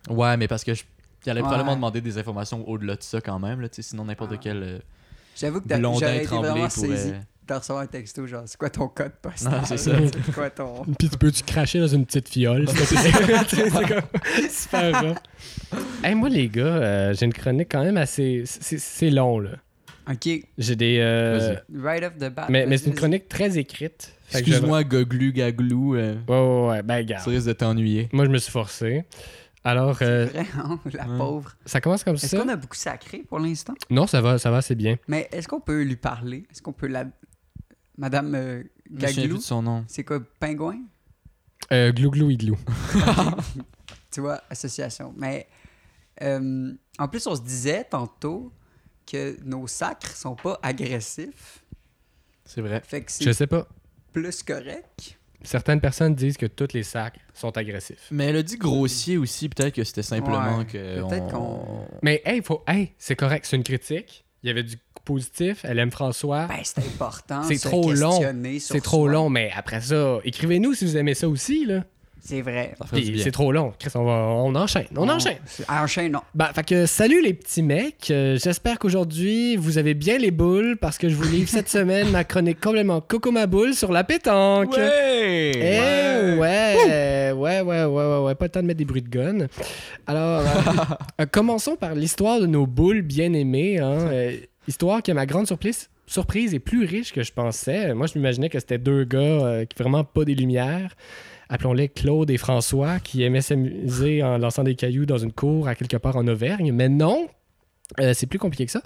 C: Ouais, mais parce que je. Il allait
D: Ouais.
C: probablement demander des informations au-delà de ça quand même, là, tu sais, sinon n'importe
D: Ouais.
C: quel euh,
D: J'avoue que t'as-
C: blondin
D: j'aurais été
C: tremblé
D: vraiment
C: pourrait...
D: saisi de recevoir un texto genre, c'est quoi ton code postal?
C: Ouais, c'est ça.
D: C'est quoi ton...
B: Puis tu peux-tu cracher dans une petite fiole? C'est c'est comme super rough. Hey, moi, les gars, euh, j'ai une chronique quand même assez... C'est c'est long, là.
D: OK,
B: J'ai des... euh,
C: Vas-y.
D: right off the bat.
B: Mais, mais
D: vas-y,
B: c'est une
D: vas-y.
B: chronique très écrite. Fait que je-
C: Excuse-moi, goglu, gaglou, euh,
D: Ah.
B: Ouais, ouais, ouais. Ben, regarde.
C: tu risques de t'ennuyer.
B: Moi, je me suis forcé. Alors, euh,
D: C'est vrai, hein, la
C: ouais.
D: pauvre.
B: ça commence comme
D: Est-ce
B: ça.
D: qu'on a beaucoup sacré pour l'instant?
B: Non, ça va, ça va, c'est bien.
D: Mais est-ce qu'on peut lui parler? Est-ce qu'on peut la... Madame euh,
C: Je me souviens plus
D: Gaglou?
C: de son nom.
D: C'est quoi, pingouin?
B: Euh, glou glou igloo.
D: tu vois, association. Mais euh, en plus, on se disait tantôt que nos sacres sont pas agressifs.
C: C'est vrai.
D: Fait que
B: Je
D: c'est
B: sais pas.
D: plus correct.
B: Certaines personnes disent que tous les sacs sont agressifs.
C: Mais elle a dit grossier aussi, peut-être que c'était simplement
D: Ouais,
C: que.
D: peut-être
C: on-
B: Mais hey, faut, hey, c'est correct, c'est une critique. Il y avait du positif. Elle aime François.
D: Ben, c'est important.
B: C'est
D: se
B: trop long.
D: questionner sur
B: c'est trop
D: soi.
B: long, mais après ça, écrivez-nous si vous aimez ça aussi là.
D: C'est vrai.
C: Ça ferait du
B: Puis
C: bien.
B: c'est trop long. Chris, on va, on enchaîne, on enchaîne.
D: Ah, enchaînons.
B: Bah, fait que salut les petits mecs. Euh, J'espère qu'aujourd'hui vous avez bien les boules parce que je vous livre cette semaine ma chronique complètement coco ma boule sur la pétanque.
C: Ouais!
B: Eh ouais, ouais, ouais, ouais, ouais, ouais, pas le temps de mettre des bruits de gun. Alors, euh, euh, commençons par l'histoire de nos boules bien aimées. hein, euh, histoire qui, à ma grande surprise, surprise, est plus riche que je pensais. Moi, je m'imaginais que c'était deux gars euh, qui vraiment pas des lumières. Appelons-les Claude et François, qui aimaient s'amuser en lançant des cailloux dans une cour à quelque part en Auvergne. Mais non, euh, c'est plus compliqué que ça.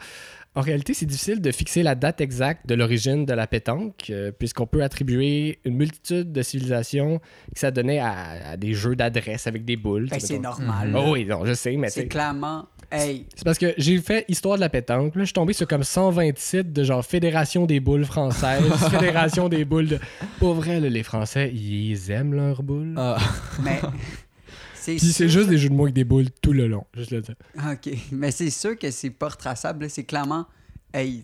B: En réalité, c'est difficile de fixer la date exacte de l'origine de la pétanque, euh, puisqu'on peut attribuer une multitude de civilisations que ça donnait à, à des jeux d'adresse avec des boules.
D: Ben,
B: tu sais,
D: c'est
B: mettons.
D: normal.
B: Oh oui, non, je sais, mais
D: c'est
B: c'est-
D: clairement. Hey,
B: c'est parce que j'ai fait Histoire de la pétanque. Là, je suis tombé sur comme 120 sites de genre Fédération des boules françaises, Fédération des boules de. Pour vrai, là, les Français, ils aiment leurs boules.
C: Ah,
D: mais. c'est
B: Puis c'est
D: sûr-
B: juste des jeux de mots avec des boules tout le long. Juste le dire.
D: Ah, OK. Mais c'est sûr que c'est pas retraçable. là. C'est clairement, hey,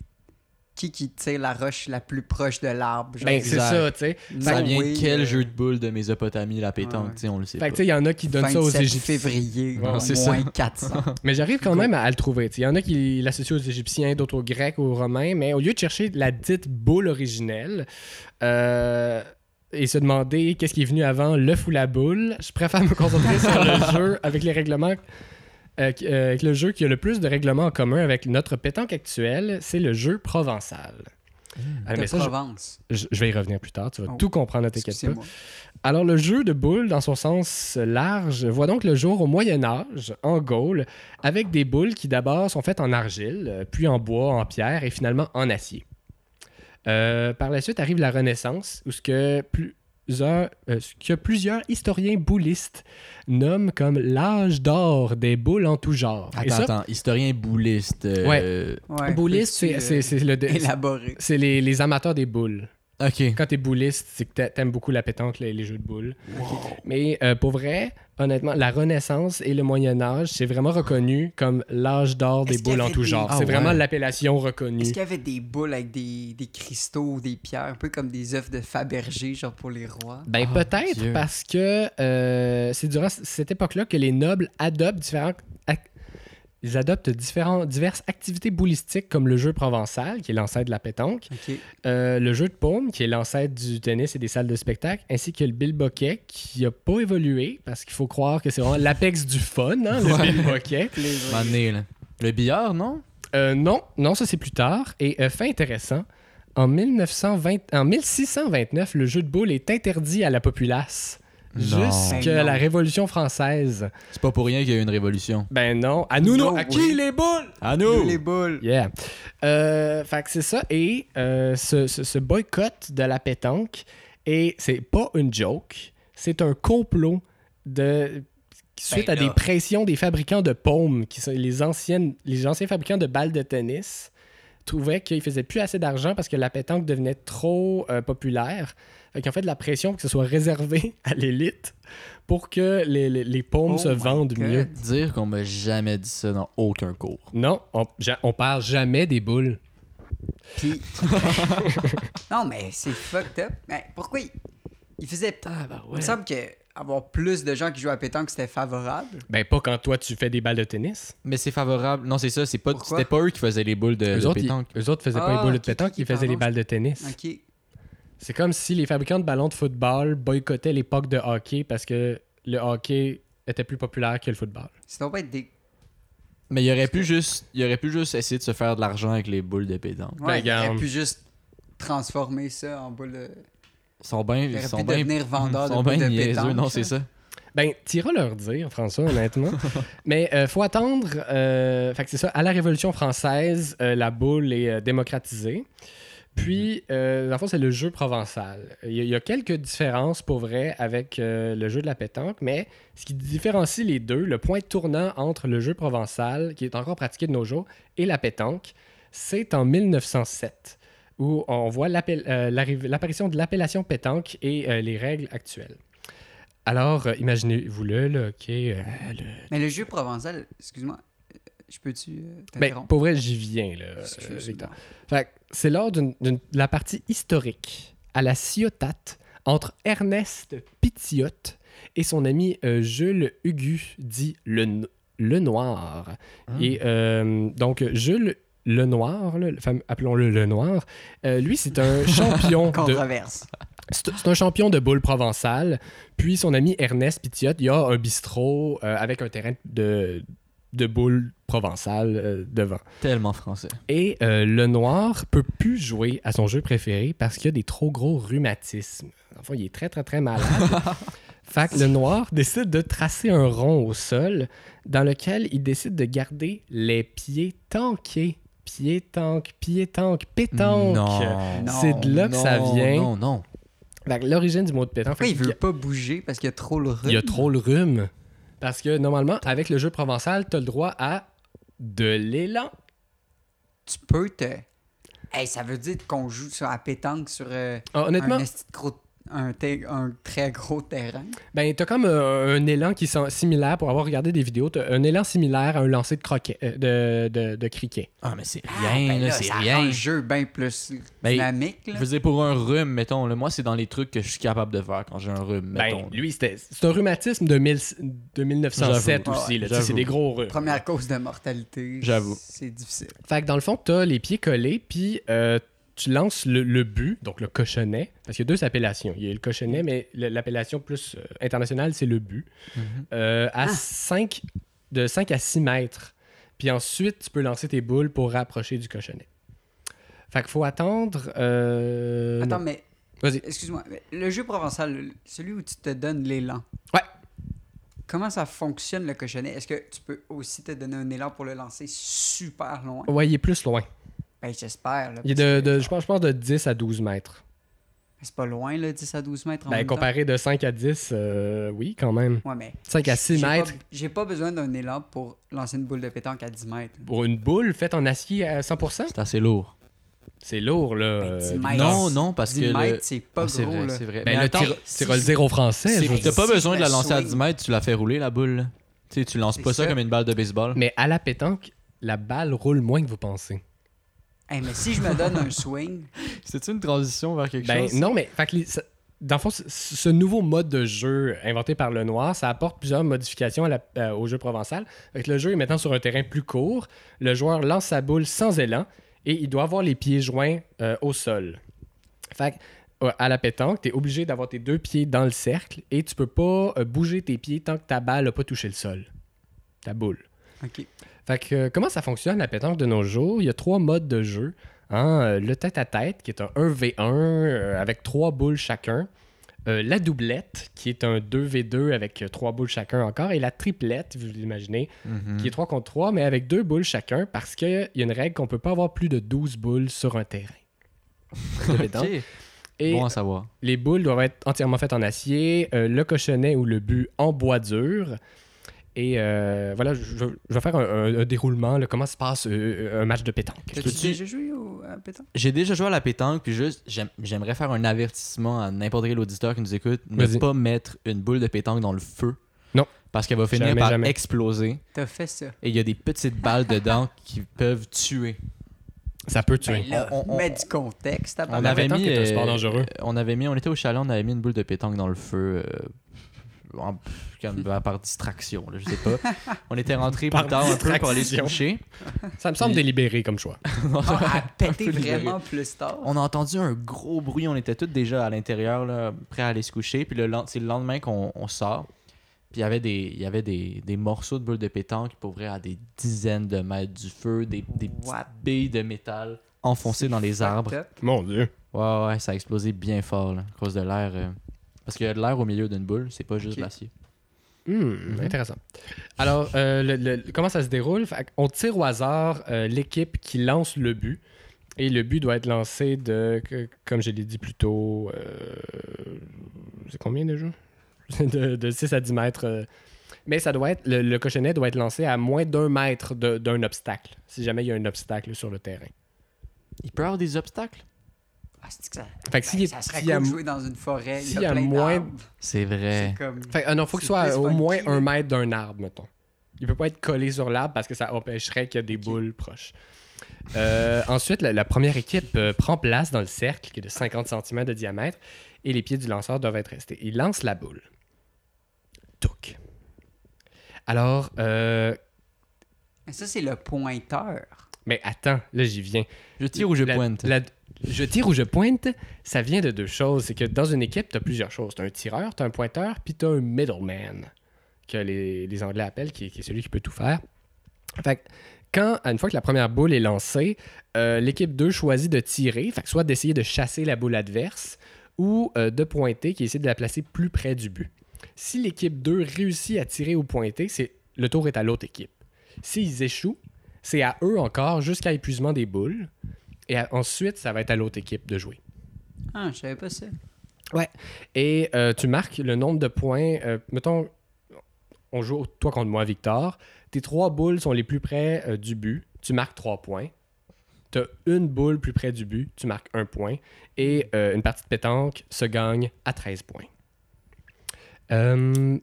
D: qui qui tire la roche la plus proche de l'arbre? genre?
B: Ben, c'est
C: bizarre.
B: ça, tu sais.
C: ça
D: No
C: vient
D: way,
C: de quel
D: euh,
C: jeu de boule de Mésopotamie, la pétanque,
D: Ouais.
C: tu sais, on le sait
B: Fait que,
C: pas.
B: tu sais, il y en a qui donnent ça aux
D: 27
B: Égyptiens.
D: février,
B: Ouais,
D: au
C: c'est
D: moins 400.
B: Mais j'arrive quand même à, à le trouver. t'sais. Il y en a qui l'associent aux Égyptiens, d'autres aux Grecs, aux Romains, mais au lieu de chercher la dite boule originelle euh, et se demander qu'est-ce qui est venu avant, l'œuf ou la boule, je préfère me concentrer sur le jeu avec les règlements. euh, qui- euh, avec le jeu qui a le plus de règlements en commun avec notre pétanque actuelle, c'est le jeu provençal. Ah,
D: de
B: mais ça, je-
D: Provence.
B: je, je vais y revenir plus tard, tu vas
D: Mmh. Oh.
B: tout comprendre, ne t'inquiète pas.
D: Excusez-moi.
B: Alors, le jeu de boules, dans son sens large, voit donc le jour au Moyen Âge, en Gaule, avec des boules qui d'abord sont faites en argile, euh, puis en bois, en pierre et finalement en acier. Euh, par la suite arrive la Renaissance, où ce que plusieurs, euh, ce que plusieurs historiens boulistes nomment comme l'âge d'or des boules en tout genre. Et
C: Attends,
B: ça,
C: attends, historien bouliste. euh,
D: Ouais,
B: bouliste, c'est
D: peux-tu,
B: c'est-
D: euh,
B: c'est le-
D: Élaboré.
B: c'est les- les amateurs des boules.
C: Ok.
B: Quand t'es bouliste, c'est que t'a- t'aimes beaucoup la pétanque, les, les jeux de boules. Mais euh, pour vrai, honnêtement, la Renaissance et le Moyen Âge, c'est vraiment reconnu comme l'âge d'or des
D: Est-ce qu'il y
B: boules en
D: avait
B: tout
D: des-
B: genre.
C: Ah
B: c'est vraiment
C: ouais.
B: l'appellation reconnue.
D: Est-ce qu'il y avait des boules avec des, des cristaux ou des pierres, un peu comme des œufs de Fabergé, genre pour les rois?
B: Ben
C: Ah,
B: peut-être
C: Dieu.
B: parce que euh, c'est durant c- cette époque-là que les nobles adoptent différents ac- ils adoptent différents, diverses activités boulistiques comme le jeu provençal, qui est l'ancêtre de la pétanque,
D: OK.
B: Euh, le jeu de paume, qui est l'ancêtre du tennis et des salles de spectacle, ainsi que le billboquet, qui n'a pas évolué, parce qu'il faut croire que c'est vraiment l'apex du fun, hein, le billboquet.
D: Plaisir.
C: M'en est, là. Le billard, non?
B: Euh, non, non, ça c'est plus tard. Et euh, fin intéressant, en, 1920, en 1629, le jeu de boule est interdit à la populace.
C: Non.
B: Jusqu'à
D: Ben non.
B: la Révolution française.
C: C'est pas pour rien qu'il y a eu une révolution.
B: Ben non, à nous, non,
D: No
B: à
D: way.
B: qui les boules
C: À
D: Oh, Nous, les boules.
B: Yeah. Euh, fait que c'est ça. Et euh, ce, ce- ce boycott de la pétanque, et c'est pas une joke, c'est un complot de suite
D: Ben
B: à des
D: là.
B: pressions des fabricants de paumes, qui sont les, anciennes, les anciens fabricants de balles de tennis, trouvaient qu'ils faisaient plus assez d'argent parce que la pétanque devenait trop euh, populaire. Fait qu'en fait, la pression pour que ce soit réservé à l'élite pour que les, les, les paumes
D: Oh
B: se
D: my
B: vendent
D: God.
B: mieux.
C: Dire qu'on m'a jamais dit ça dans aucun cours.
B: Non, on, ja- on parle jamais des boules.
D: Puis. non, mais c'est fucked up. Mais pourquoi il, il faisait.
B: Ah,
D: Il me semble que avoir plus de gens qui jouent à pétanque, c'était favorable.
B: Ben, pas quand toi, tu fais des balles de tennis.
C: Mais c'est favorable. Non, c'est ça, c'est pas,
D: Pourquoi?
C: c'était pas eux qui faisaient les boules de,
B: Eux
C: de
B: autres, ils,
C: Euh, pétanque.
B: eux autres faisaient pas
D: Ah,
B: les boules de
D: ok,
B: pétanque,
D: ok,
B: ils faisaient
D: pardon,
B: les balles de tennis.
D: OK.
B: C'est comme si les fabricants de ballons de football boycottaient les pucks de hockey parce que le hockey était plus populaire que le football.
D: Sinon, pas être des.
C: Mais il aurait pu juste, il aurait pu juste essayer de se faire de l'argent avec les boules de pétanque.
D: Ouais, il
B: garde.
D: aurait pu juste transformer ça en boule de.
C: Ils sont bien,
D: Il
C: ils
D: aurait
C: sont
D: pu
C: bien,
D: devenir vendeur
C: ils
D: de
C: sont
D: boules
C: bien
D: de
C: niaiseux.
D: pétanque. hein.
C: Non, c'est ça.
B: Ben, t'iras leur dire, François, honnêtement. Mais euh, faut attendre. euh, fait que c'est ça. À la Révolution française, euh, la boule est euh, démocratisée. Puis, euh, dans le fond, c'est le jeu provençal. Il y, a- il y a quelques différences, pour vrai, avec euh, le jeu de la pétanque, mais ce qui différencie les deux, le point tournant entre le jeu provençal, qui est encore pratiqué de nos jours, et la pétanque, c'est en 1907, où on voit l'appel- euh, l'arrivée- l'apparition de l'appellation pétanque et euh, les règles actuelles. Alors, euh, imaginez-vous-le, là, OK, euh, le-
D: Mais le jeu provençal, excuse-moi, euh, je peux-tu euh,
B: Ben,
D: t'interrompre?
B: pour vrai, j'y viens, là, euh, Victor.
D: Excuse-moi.
B: Fait que c'est lors d'une- d'une- de la partie historique à la Ciotat entre Ernest Pitiotte et son ami euh, Jules Hugu, dit le, N- le Noir. Et euh, donc, Jules Le Noir, là, le fameux- appelons-le Le Noir, euh, lui, c'est un champion de,
D: Controverse.
B: c'est c'est un champion de boule provençale. Puis son ami Ernest Pitiotte, il y a un bistrot euh, avec un terrain de, de boule provençale euh, devant.
C: Tellement français.
B: Et euh, le noir peut plus jouer à son jeu préféré parce qu'il y a des trop gros rhumatismes. Enfin, il est très, très, très malade. fait que le noir décide de tracer un rond au sol dans lequel il décide de garder les pieds tanqués. Pieds tanques, pieds tanques, pétanque.
C: Non.
B: C'est de là que ça
C: Non,
B: vient.
C: Non, non.
B: Fait que L'origine du mot de pétanque.
D: Pourquoi
B: fait
D: il
B: qu'il-
D: veut pas bouger parce qu'il y a trop le rhume?
B: il y a trop le rhume. Parce que normalement, avec le jeu provençal, t'as le droit à de l'élan.
D: Tu peux te. Hey, ça veut dire qu'on joue sur la pétanque sur euh,
B: Ah, honnêtement,
D: un, esti de gros- un te- un très gros terrain.
B: ben, t'as comme euh, un élan qui sent similaire, pour avoir regardé des vidéos, t'as un élan similaire à un lancer de, croquet, euh, de, de, de criquet.
C: Ah, mais c'est rien,
D: Ah, ben
C: là,
D: là,
C: c'est
D: ça
C: rien.
D: rend le jeu bien plus
C: Ben,
D: dynamique.
C: Je
D: là.
C: veux dire, pour un rhume, mettons, là, moi, c'est dans les trucs que je suis capable de faire quand j'ai un rhume, mettons.
B: Ben, lui, c'était- c'est un rhumatisme de, mille- de 1907
D: J'avoue.
B: aussi. là, tu sais,
C: J'avoue.
B: c'est des gros rhumes.
D: Première cause de mortalité.
C: J'avoue.
D: C'est difficile.
B: Fait que dans le fond, t'as les pieds collés, puis euh, tu lances le, le but, donc le cochonnet, parce qu'il y a deux appellations. Il y a le cochonnet,
D: Mm.
B: mais le- l'appellation plus euh, internationale, c'est le but, Euh, à
D: Ah.
B: cinq- de 5 à 6 mètres. Puis ensuite, tu peux lancer tes boules pour rapprocher du cochonnet. Fait qu'il faut attendre. euh,
D: Attends,
B: non.
D: mais.
B: Vas-y.
D: Excuse-moi. mais Le jeu provençal, le- celui où tu te donnes l'élan.
B: Ouais.
D: Comment ça fonctionne le cochonnet? Est-ce que tu peux aussi te donner un élan pour le lancer super loin?
B: Ouais, il est plus loin.
D: Ben, j'espère. là,
B: Il est
D: parce
B: de,
D: que-
B: de- je, pense, je pense de 10 à 12 mètres.
D: C'est pas loin, là, 10 à 12 mètres en
B: Ben,
D: même temps.
B: comparé de 5 à 10, euh, oui, quand même.
D: Ouais, mais
B: 5 à 6
D: j'ai pas-
B: mètres.
D: J'ai pas besoin d'un élan pour lancer une boule de pétanque à 10 mètres.
B: Pour une boule faite en acier à 100%,
C: C'est assez lourd.
B: C'est lourd, là.
D: Ben,
B: Euh,
D: 10 mètres.
C: non, non, parce
D: 10
C: que le-
D: mètres, c'est pas
C: Ah,
D: gros,
C: c'est vrai,
D: là.
C: c'est vrai.
B: Ben,
C: Mais
B: là,
C: attends,
B: tu le dire aux Français. je veux
C: c'est-
B: dire.
C: t'as pas
D: Si
C: besoin
D: je
C: de la
D: la
C: lancer à
D: swing.
C: 10 mètres, tu la fais rouler, la boule. là. Tu sais, tu lances
D: C'est
C: pas ça
D: ça.
C: comme une balle de baseball.
B: Mais à la pétanque, la balle roule moins que vous pensez.
D: Hey, Eh, mais si je me donne un swing,
C: C'est-tu une transition vers quelque
B: Ben,
C: chose?
B: non, mais fait que les- ça- dans le fond, ce- ce nouveau mode de jeu inventé par le noir, ça apporte plusieurs modifications à la- euh, au jeu provençal. Fait que le jeu est maintenant sur un terrain plus court. Le joueur lance sa boule sans élan et il doit avoir les pieds joints euh, au sol. Fait que, euh, à la pétanque, tu es obligé d'avoir tes deux pieds dans le cercle et tu peux pas euh, bouger tes pieds tant que ta balle n'a pas touché le sol. Ta boule.
D: OK.
B: Fait que, euh, comment ça fonctionne la pétanque de nos jours? Il y a trois modes de jeu. hein. Euh, le tête-à-tête, qui est un 1v1 euh, avec trois boules chacun. Euh, la doublette, qui est un 2v2 avec euh, trois boules chacun encore. Et la triplette, vous l'imaginez,
C: Mhm.
B: qui est 3 contre 3, mais avec deux boules chacun, parce qu'il y a une règle qu'on peut pas avoir plus de 12 boules sur un terrain. De pétanque.
C: Ok.
B: Et
C: Bon à savoir.
B: les boules doivent être entièrement faites en acier, euh, le cochonnet ou le but en bois dur. Et euh, voilà, je, je- je vais faire un, un- un déroulement, là, comment se passe euh, un match de pétanque.
D: T'as-tu
C: Peux-tu-
D: déjà joué au à la pétanque?
C: J'ai déjà joué à la pétanque, puis juste, j'aime- j'aimerais faire un avertissement à n'importe quel auditeur qui nous écoute ne
B: Vas-y.
C: pas mettre une boule de pétanque dans le feu.
B: Non.
C: Parce qu'elle va finir
B: Jamais,
C: par
B: jamais.
C: exploser
D: T'as fait ça.
C: et il y a des petites balles dedans qui peuvent tuer.
B: Ça peut tuer.
D: Ben là,
C: On- on-
D: mets
C: on-
D: du contexte.
C: on
B: La
C: avait
B: pétanque
C: mis,
B: est un
C: euh,
B: sport dangereux.
C: Euh, on avait mis, on était au chalet, on avait mis une boule de pétanque dans le feu. euh, en- comme, euh, par distraction, là, je sais pas. On était rentré
B: Par
C: plus tard un peu pour aller se
B: distraction.
C: coucher.
B: Ça me semble délibéré comme choix.
D: a Ah, pété
C: Un peu libéré.
D: vraiment plus tard.
C: On a entendu un gros bruit, on était tous déjà à l'intérieur, là, prêts à aller se coucher. Puis le, len- c'est le lendemain qu'on on sort. Puis il y avait, des, il y avait des, des morceaux de boules de pétanque pour vrai à des dizaines de mètres du feu, des, des petites
D: What?
C: billes de métal enfoncées dans les arbres.
D: Top.
B: Mon Dieu.
C: Ouais, ouais, ça a explosé bien fort là, à cause de l'air. euh, Parce qu'il y a de l'air au milieu d'une boule, c'est pas juste
D: Ok.
C: de l'acier.
B: Hmm, Intéressant. Alors, euh, le- le- comment ça se déroule? Fait On tire au hasard euh, l'équipe qui lance le but. Et le but doit être lancé de, que- comme je l'ai dit plus tôt, euh, c'est combien déjà? De, de 6 à 10 mètres. euh. Mais ça doit être, le, le cochonnet doit être lancé à moins d'un mètre de- d'un obstacle, si jamais il y a un obstacle sur le terrain.
C: Il peut y avoir des obstacles.
D: Ah, c'est que ça,
B: Fait que
D: ben,
B: s'il est-
D: ça serait
B: s'il y
D: cool
B: a-
D: de jouer dans une forêt.
B: s'il
D: il
B: y
D: y
B: a
D: a plein
B: moins-
D: d'arbres.
C: C'est vrai.
D: C'est comme...
B: Fait que, ah non, faut que ce
D: C'est
B: soit
D: plus
B: au
D: funky,
B: moins
D: là.
B: un mètre d'un arbre, mettons. Il peut pas être collé sur l'arbre parce que ça empêcherait qu'il y ait des boules proches. Euh, ensuite, la, la première équipe euh, prend place dans le cercle qui est de 50 cm de diamètre et les pieds du lanceur doivent être restés. Il lance la boule. Touc. Alors, euh,
D: Mais ça, c'est le pointeur.
B: mais attends, là j'y viens.
C: Je tire ou je
B: La-
C: pointe.
B: la- je tire ou je pointe, ça vient de deux choses. C'est que dans une équipe, tu as plusieurs choses. Tu as un tireur, tu as un pointeur, puis tu as un middleman, que les, les Anglais appellent, qui, est- qui est celui qui peut tout faire. Fait que quand, à une fois que la première boule est lancée, euh, l'équipe 2 choisit de tirer, fait que soit d'essayer de chasser la boule adverse ou euh, de pointer, qui essaie de la placer plus près du but. Si l'équipe 2 réussit à tirer ou pointer, c'est le tour est à l'autre équipe. S'ils échouent, c'est à eux encore jusqu'à épuisement des boules. Et à- ensuite, ça va être à l'autre équipe de jouer.
D: Ah, je savais pas ça.
B: Et euh, tu marques le nombre de points. euh, mettons, on joue toi contre moi, Victor. Tes trois boules sont les plus près euh, du but. Tu marques trois points. Tu as une boule plus près du but. Tu marques un point. Et euh, une partie de pétanque se gagne à 13 points. Euh,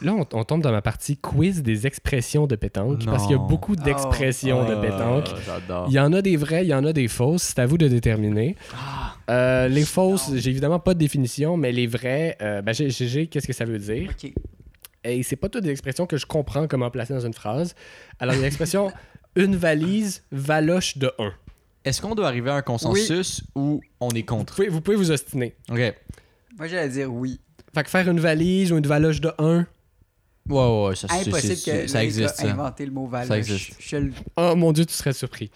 B: là, on, on tombe dans ma partie quiz des expressions de pétanque. Parce qu'il y a
C: Non.
B: beaucoup
D: Oh.
B: d'expressions de pétanque.
C: Ah, J'adore.
B: Il y en a des vraies, il y en a des fausses. C'est à vous de déterminer.
C: Ah.
B: Euh, les fausses,
D: Non.
B: j'ai évidemment pas de définition, mais les vraies, euh, ben, j'ai- j'ai- j'ai qu'est-ce que ça veut dire.
D: OK.
B: Et c'est pas toutes des expressions que je comprends comment placer dans une phrase. Alors, il y a l'expression une valise, valoche de 1.
C: Est-ce qu'on doit arriver à un consensus ou on est
B: Vous
C: contre
B: pouvez vous, pouvez vous ostiner.
C: Ok. Ouais,
D: Moi, j'allais dire oui.
B: Fait que faire une valise ou une valoche de 1.
C: ouais, ouais, ça, Ah, c'est-
D: Impossible
C: c'est-
D: que
C: c'est- ça existe.
D: a
C: ça.
D: inventé le mot valoche.
C: Ça existe.
D: Je le-
B: Oh mon Dieu, tu serais surpris.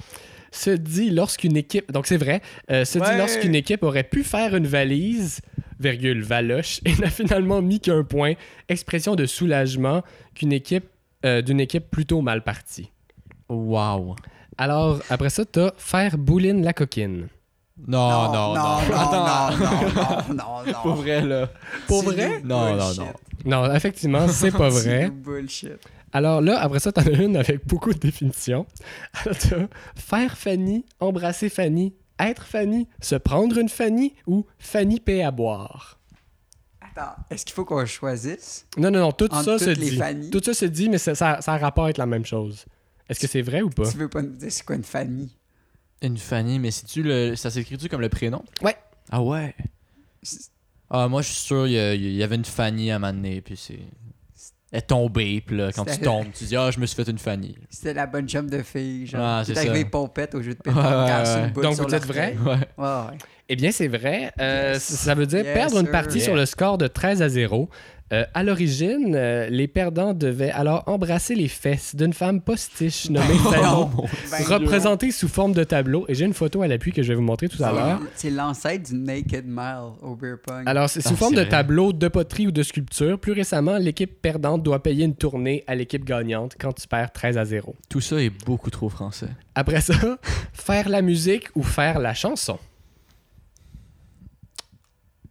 B: Se dit lorsqu'une équipe, donc c'est vrai, euh, se dit
D: Ouais.
B: lorsqu'une équipe aurait pu faire une valise, virgule, valoche, et n'a finalement mis qu'un point, expression de soulagement qu'une équipe euh, d'une équipe plutôt mal partie.
C: Wow.
B: Alors, après ça, t'as faire bouline la coquine.
C: Ah, Non, non, non. Attends,
D: non, non, non, non, non.
C: Pour vrai, là.
B: Pour
D: C'est
B: vrai?
D: du
C: Non, non,
D: bullshit.
C: non.
B: Non, effectivement, c'est pas
D: C'est
B: vrai.
D: du bullshit.
B: Alors là, après ça, t'en as une avec beaucoup de définitions. Alors, t'as faire Fanny, embrasser Fanny, être Fanny, se prendre une Fanny ou Fanny paie à boire.
D: Attends, est-ce qu'il faut qu'on choisisse?
B: Non, non, non, tout
D: Entre
B: ça se
D: toutes les
B: dit.
D: familles.
B: Tout ça se dit, mais ça, ça, ça a rapport avec la même chose. Est-ce que c'est vrai ou pas?
D: Tu veux pas nous dire c'est quoi une famille?
C: Une Fanny, mais si tu le. Ça s'écrit-tu comme le prénom
B: Ouais.
C: Ah ouais.
D: C'est-
C: Ah, moi, je suis sûr, il y, a- il y avait une Fanny à un moment donné, puis c'est. Elle est tombée, puis là, quand tu
D: C'était-
C: tombes, tu dis, ah, je me suis fait une Fanny.
D: C'était la bonne chum de fille, genre.
C: Ah,
D: qui
C: c'est
D: est arrivée
C: ça.
D: pompette au jeu de pétanque.
C: Ouais, ouais,
D: casse une
C: ouais. Oh,
D: boule
B: Donc,
D: sur
B: vous êtes
D: l'orteil.
C: Ouais.
D: Ouais, ouais.
B: Eh bien, c'est vrai. Euh,
D: Yes.
B: Ça veut dire
D: Yes,
B: perdre une
D: sir.
B: partie
C: Yeah.
B: sur le score de 13 à 0. Euh, à l'origine, euh, les perdants devaient alors embrasser les fesses d'une femme postiche nommée
D: Oh,
B: Fanny,
D: Ben,
B: représentée sous forme de tableau. Et j'ai une photo à l'appui que je vais vous montrer
D: Ah.
B: tout à l'heure.
D: C'est- C'est l'ancêtre du Naked Mile au beer pong.
B: Alors, c'est sous
C: Ah,
B: forme
C: c'est
B: de
C: vrai.
B: tableau, de poterie ou de sculpture. Plus récemment, l'équipe perdante doit payer une tournée à l'équipe gagnante quand tu perds 13 à 0.
C: Tout ça est beaucoup trop français.
B: Après ça, faire la musique ou faire la chanson.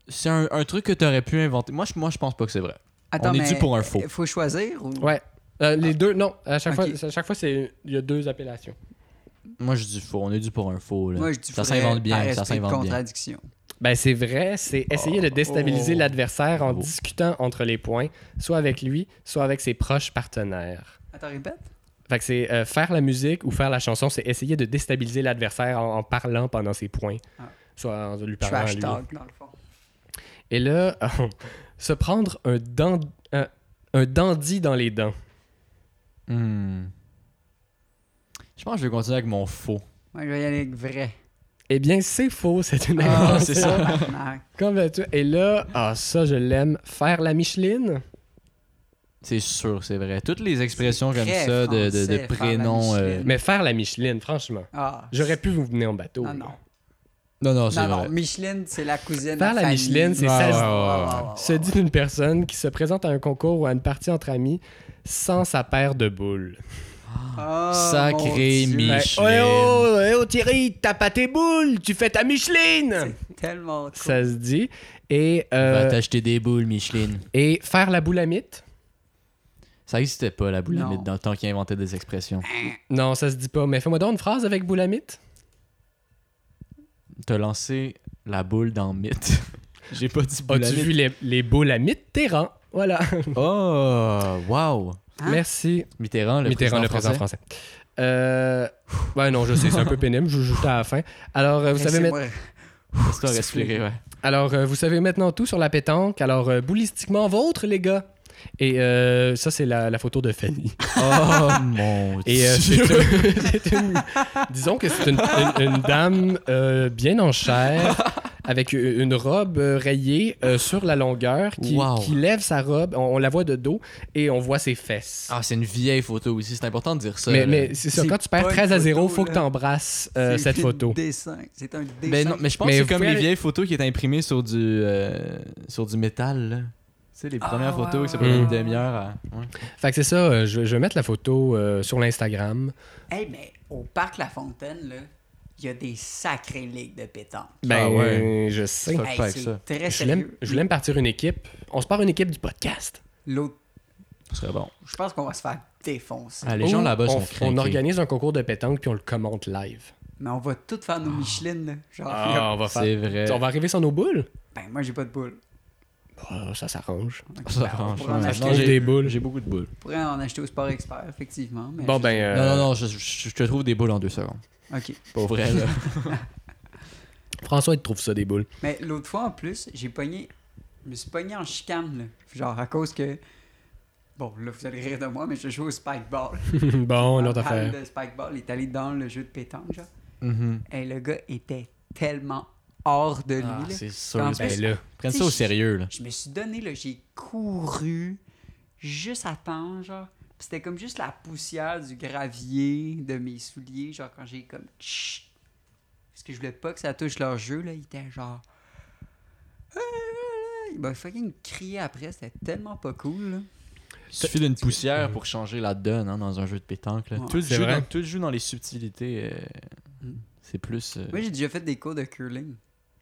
C: C'est un, un truc que t'aurais pu inventer. Moi, je, moi, je pense pas que c'est vrai.
D: Attends,
C: on est
D: mais
C: dû pour un faux.
D: Faut choisir ou...
B: Ouais. Euh, les deux, non. À chaque
D: Ok.
B: fois, à chaque fois, c'est il y a deux appellations.
C: Moi, je dis faux. On est dû pour un faux, là.
D: euh, Moi, je dis
C: ça
D: faudrait,
C: s'invente
D: par
C: bien, ça
D: respect de
C: s'invente bien.
D: contradiction.
B: Ben c'est vrai, c'est essayer de déstabiliser
C: oh.
B: l'adversaire en
C: Bravo.
B: discutant entre les points, soit avec lui, soit avec ses proches partenaires.
D: Attends, répète.
B: Fait que c'est euh, faire la musique ou faire la chanson, c'est essayer de déstabiliser l'adversaire en, en parlant pendant ses points,
D: Ah.
B: soit en lui parlant. à
D: Trash
B: lui.
D: talk, dans le fond.
B: Et là, se prendre un dent, un- un dandy dans les dents.
C: Hmm. Je pense que je vais continuer avec mon faux.
D: Moi, je vais y aller avec vrai.
B: Eh bien, c'est faux, c'est une
D: Ah,
B: invention.
C: c'est ça.
D: tabarnak.
B: Comme ben, tu- Et là, ah, ça, je l'aime. Faire la Micheline.
C: C'est sûr, c'est vrai. Toutes les expressions
D: C'est
C: comme
D: très
C: ça de, de,
D: français,
C: de
D: faire la
C: prénoms. euh,
D: Micheline.
B: Mais faire la Micheline, franchement.
D: Ah,
B: J'aurais pu vous venir en bateau.
D: Non,
B: là.
D: non.
C: Non, non, Ah, c'est
D: non,
C: vrai.
D: non, Micheline, c'est la cousine.
B: Faire
D: à
B: la
D: Fanny.
B: Micheline, c'est
C: Ouais,
B: ça.
C: ouais,
B: se-
C: ouais.
B: Se dit d'une personne qui se présente à un concours ou à une partie entre amis sans sa paire de boules.
D: Oh,
C: Sacré
D: mon Dieu.
C: Mich- Micheline.
B: Ouais, oh, eh oh, Thierry, t'as pas tes boules, tu fais ta Micheline!
D: C'est tellement cool.
B: Ça se dit. Et, euh,
C: Va t'acheter des boules, Micheline.
B: et faire la boulamite?
C: Ça n'existait pas, la boulamite,
D: Non.
C: dans le temps qu'ils inventaient des expressions.
B: Non, ça se dit pas, mais fais-moi donc une phrase avec boulamite.
C: T'as lancé la boule dans le mythe. J'ai pas dit
B: As-tu vu
C: boulamite. Hein?
B: les, les boulamites? Terran. Voilà.
C: Oh, wow.
D: Hein?
B: Merci.
C: Mitterrand, le
B: Mitterrand, le président
C: président français.
B: français. Euh, ouais, non, je sais, c'est un peu pénible, je joue à la fin. Alors, euh, vous savez, maintenant-
D: Laissez-moi
C: Histoire à respirer, ouais.
B: Alors, euh, vous savez maintenant tout sur la pétanque. Alors, euh, boulistiquement vôtre, les gars. Et euh, ça, c'est la, la photo de Fanny.
C: Oh mon dieu.
B: Et euh, c'est une- c'est une- Disons que c'est une, une- une dame euh, bien en chair, avec u- une robe euh, rayée euh, sur la longueur, qui,
C: Wow.
B: qui lève sa robe. On, on la voit de dos et on voit ses fesses.
C: Ah, c'est une vieille photo aussi, c'est important de dire ça. euh,
B: mais
C: là.
B: mais c'est ça,
D: C'est
B: quand tu perds
D: pas une
B: 13 à 0,
D: photo,
B: faut que
D: là.
B: tu embrasses euh,
D: C'est
B: cette
D: un
B: photo.
D: dessin. C'est un dessin.
C: Ben non, mais je pense
B: Mais
C: que
B: vous
C: c'est comme
B: pouvez
C: les
B: aller-
C: vieilles photos qui étaient imprimées sur du, euh, sur du métal. là. Tu sais, les premières
D: ouais,
C: photos qui ça
B: ouais,
C: prenait une
D: ouais.
C: demi-heure. à- ouais.
B: Fait que c'est ça, euh, je, je vais mettre la photo euh, sur l'Instagram.
C: Ah
D: Hey, mais au parc La Fontaine, là, il y a des sacrées ligues de pétanque.
B: Ben,
C: Ah ouais.
B: je sais.
C: Fuck
D: Hey,
C: pas avec ça.
D: c'est très
B: Je l'aime-
D: sérieux.
B: je l'aime partir une équipe. On se part une équipe du podcast.
D: L'autre,
C: Ce serait bon.
D: je pense qu'on va se faire défoncer.
C: Ah, les gens
B: Ou
C: là-bas
B: on,
C: sont
B: f- on
C: craqués.
B: organise un concours de pétanque puis on le commente live.
D: Mais on va tout faire nos
B: Ah.
D: Michelines, là. Genre, il y a-
B: on va
C: Ah, C'est vrai.
B: On va arriver sans nos boules.
D: ben moi, j'ai pas de boule.
B: Ah, ça s'arrange.
D: Donc,
C: Ça,
D: ben, on
C: franchement,
D: pourrait en,
C: non,
D: acheter,
B: mange
C: j'ai-
B: des boules.
C: J'ai beaucoup de boules.
D: on pourrait en acheter au Sport Expert, effectivement. mais
B: Bon
D: je-
B: ben, euh,
C: Non, non, non, je, je- je te trouve des boules en deux secondes.
D: OK.
C: Pas vrai, là.
B: François il trouve ça des boules.
D: Mais l'autre fois, en plus, j'ai pogné... Je me suis pogné en chicane, là. Genre, à cause que... Bon, là, vous allez rire de moi, mais je joue au spikeball.
B: bon, une
D: Le
B: autre
C: Ah,
B: affaire.
D: de spikeball est allé dans le jeu de pétanque, genre.
C: Mhm.
D: Et le gars était tellement hors de lui.
C: Ah,
D: là.
C: c'est sûr.
D: En
C: ils
D: plus-
B: Ben là,
C: prennent ça au sérieux, là.
D: Je me suis donné, là, j'ai couru juste à temps, genre. Puis C'était comme juste la poussière du gravier de mes souliers, genre quand j'ai comme Chut! Parce que je voulais pas que ça touche leur jeu, là. Il était genre. Ah, là, là. Il m'a fucking crié après, c'était tellement pas cool, là.
B: Euh.
C: Il suffit d'une poussière pour changer la donne hein, dans un jeu de pétanque. Là.
D: Ouais.
C: Tout,
B: C'est
C: joue
B: vrai.
C: dans, tout joue dans les subtilités. euh,
D: Mm.
C: C'est plus. euh,
D: Moi, j'ai déjà fait des cours de curling.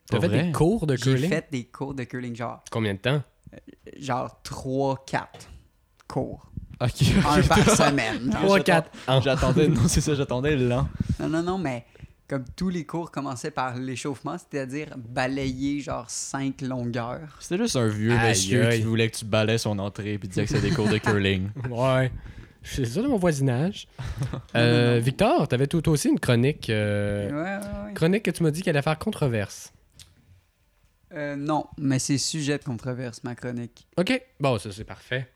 B: t'as
C: pas
B: fait
C: vrai.
B: des cours de
D: J'ai
B: curling?
D: fait des cours de curling, genre,
B: Combien de temps?
D: genre 3-4 cours.
C: Ok.
D: Un par semaine. genre.
B: 3, 4.
C: J'attendais. Ah, Non, c'est ça, j'attendais lent.
D: Non, non, non, mais comme tous les cours commençaient par l'échauffement, c'est-à-dire balayer genre cinq longueurs.
C: C'était juste un vieux
B: Aïe,
C: monsieur
B: aïe.
C: qui voulait que tu balais son entrée puis disait que c'était des cours de curling.
B: Ouais. C'est ça de mon voisinage. Euh, Victor, t'avais tout, toi aussi une chronique. euh,
D: Ouais, ouais, ouais.
B: Chronique que tu m'as dit qu'elle allait faire controverse.
D: Euh, non, mais c'est sujet de controverse, ma chronique.
B: OK. Bon, ça, c'est parfait.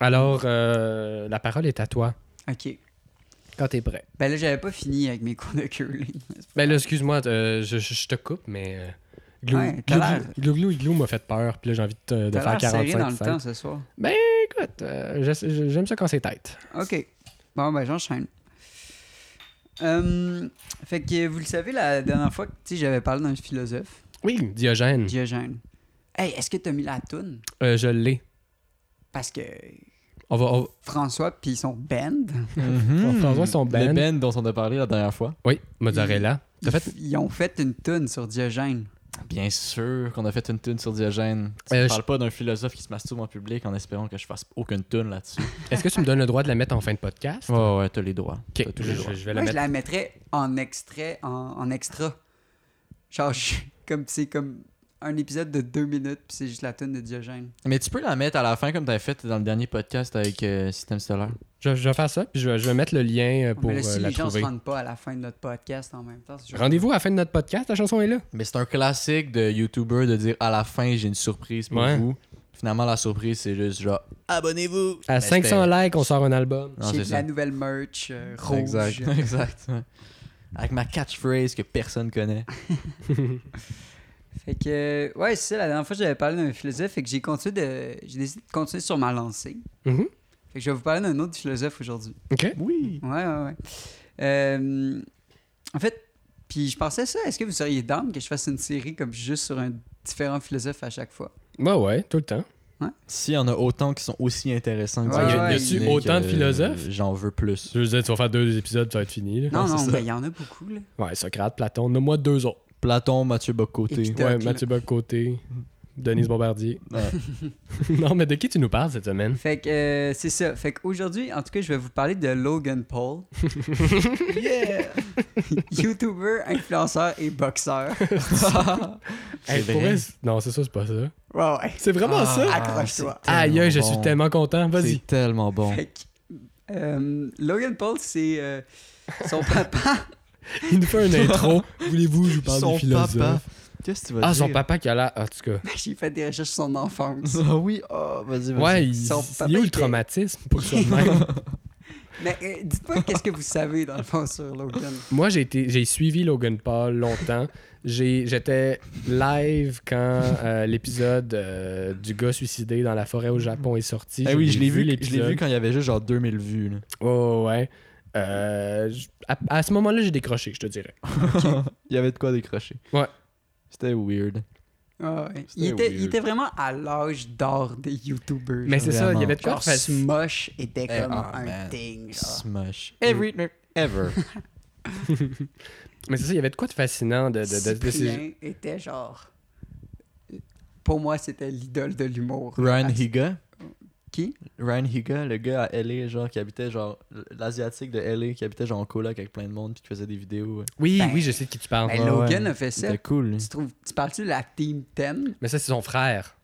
B: Alors, euh, la parole est à toi.
D: OK.
B: Quand t'es prêt.
D: Ben là, j'avais pas fini avec mes cours de curling.
B: Ben là, excuse-moi, euh, je, je- je te coupe, mais. euh, Glou,
D: Ouais,
B: glou,
D: t'as l'air-
B: glou, glou, glou m'a fait peur, puis là, j'ai envie de, te- de
D: T'as
B: faire
D: l'air
B: 45
D: serré dans le
B: cinq.
D: temps ce soir.
B: Écoute, euh, je- je- j'aime ça quand c'est tête.
D: OK. Bon, ben j'enchaîne. Hum, fait que vous le savez, la dernière fois que tu sais, j'avais parlé d'un philosophe,
B: Oui, Diogène,
D: Diogène. Hey, est-ce que t'as mis la toune?
B: euh, je l'ai.
D: Parce que
B: On va. on-
D: François puis son band,
C: Mhm.
B: François, son
C: Le
B: band.
C: band dont on a parlé la dernière fois.
B: Oui, mozzarella. T'as
C: Mhm.
D: ils,
B: fait.
D: ils ont fait une toune sur Diogène.
C: Bien sûr qu'on a fait une tune sur Diogène. Tu
B: Euh,
C: ne
B: je-
C: parles pas d'un philosophe qui se masturbe en public en espérant que je fasse aucune tune là-dessus.
B: Est-ce que tu me donnes le droit de la mettre en fin de podcast?
C: Ouais, ouais, t'as les droits.
B: Ok,
C: T'as tous
B: je,
C: les droits.
B: je vais la
D: Moi, je
B: mettre.
D: la mettrais en extrait, en, en extra. Genre, je- comme c'est comme un épisode de deux minutes, puis c'est juste la tune de Diogène.
C: Mais tu peux la mettre à la fin comme t'avais fait dans le dernier podcast avec euh, Système Solaire.
B: Je, je vais faire ça, puis je, vais- je vais mettre le lien euh, pour
D: Mais là,
B: euh,
D: si
B: la
D: les gens
B: trouver.
D: se rendent pas à la fin de notre podcast en même temps, c'est juste-
B: Rendez-vous à la fin de notre podcast, la chanson est là.
C: Mais c'est un classique de YouTuber de dire à la fin j'ai une surprise pour
B: Ouais.
C: vous. Finalement la surprise c'est juste genre abonnez-vous.
B: À
C: Mais
B: 500
C: Ben, c'était-
B: likes, on sort un album.
C: Non,
D: J'ai
C: c'est
D: de la
C: ça.
D: nouvelle merch euh, rouge.
C: Exact. exact. ouais. Avec ma catchphrase que personne connaît.
D: Fait que, ouais, c'est ça, la dernière fois, j'avais parlé d'un philosophe, fait que j'ai continué de. J'ai décidé de continuer sur ma lancée.
B: Mhm.
D: Fait que je vais vous parler d'un autre philosophe aujourd'hui.
B: OK.
C: Oui.
D: Ouais, ouais, ouais. Euh, en fait, Puis je pensais ça, est-ce que vous seriez d'âme que je fasse une série comme juste sur un différent philosophe à chaque fois?
B: Bah ouais, tout le temps.
C: S'il y en a autant qui sont aussi intéressants que
D: Ouais,
C: Jacques
D: y a- y
B: a-tu
C: Nick,
B: autant de
C: euh,
B: philosophes?
C: J'en veux plus.
B: Je veux dire, tu vas faire deux épisodes, ça va être fini. là.
D: Non,
C: c'est
D: non,
C: ça.
D: mais il y en a beaucoup, là.
B: Ouais, Socrate, Platon, nomme-moi deux autres.
C: Platon, Mathieu Bocoté.
D: Écoutez. Doc,
B: ouais,
D: là.
B: Mathieu Bocoté, Denise Bombardier.
C: Ouais.
B: non, mais de qui tu nous parles cette semaine?
D: Fait que euh, c'est ça. Fait qu'aujourd'hui, en tout cas, je vais vous parler de Logan Paul. yeah! YouTuber, influenceur et boxeur.
C: C'est
B: Hey, pour
C: vrai.
B: vrai, c'est- Non, c'est ça, c'est pas ça.
D: ouais, ouais.
B: C'est vraiment
C: Ah,
B: ça?
D: Accroche-toi.
C: c'est
B: Aïe, aïe, je suis
C: bon.
B: tellement content. Vas-y.
C: C'est tellement bon.
D: Fait que, euh, Logan Paul, c'est euh, son papa.
B: Il nous fait une intro. Voulez-vous, je vous parle
C: Son
B: du philosophe.
C: papa. Qu'est-ce que tu vas
B: Ah,
C: dire?
B: son papa qui a l'air. En tout cas.
D: J'ai fait des recherches sur son enfance.
C: Ah oui, ah, vas-y, vas-y.
B: Ouais, il,
D: Son
B: il y
D: papa
B: a eu le
D: était-
B: traumatisme pour ça de même.
D: Mais euh, dites-moi qu'est-ce que vous savez, dans le fond, sur Logan.
B: Moi, j'ai été- j'ai suivi Logan Paul longtemps. J'ai- J'étais live quand euh, l'épisode euh, du gars suicidé dans la forêt au Japon est sorti.
C: Ah oui, je l'ai vu, je l'ai
B: l'épisode.
C: vu quand il y avait juste genre 2000 vues. là.
B: Oh, ouais. Euh, j- à, à ce moment-là, j'ai décroché, je te dirais.
C: Il y avait de quoi décrocher.
B: Ouais.
C: C'était weird.
D: Ah ouais.
C: C'était
D: il, était, il
C: weird.
D: était vraiment à l'âge d'or des YouTubers.
B: Mais
D: genre.
B: c'est ça, il y
C: Vraiment.
B: avait de quoi
D: Genre,
B: de facile.
D: Smosh était
C: Eh,
D: comme
C: ah,
B: oh,
D: un
C: man.
D: thing. genre.
C: Smash.
D: Every-
C: ever.
B: Mais c'est ça, il y avait de quoi de fascinant de, de, de- de ces-
D: Cyprien était genre. Pour moi, c'était l'idole de l'humour.
C: Ryan
D: Ah,
C: Higa.
D: Qui
C: Ryan Higa, le gars à LA, genre, qui habitait genre. L'asiatique de LA, qui habitait genre en coloc avec plein de monde, puis qui faisait des vidéos. ouais.
B: Oui,
D: Ben,
B: oui, je sais de qui tu parles.
D: Ben,
C: ouais,
D: Logan
C: ouais.
D: a fait ça.
C: C'était cool. lui.
D: Tu, trouves, tu parles-tu de la Team 10
B: Mais ça, c'est son frère,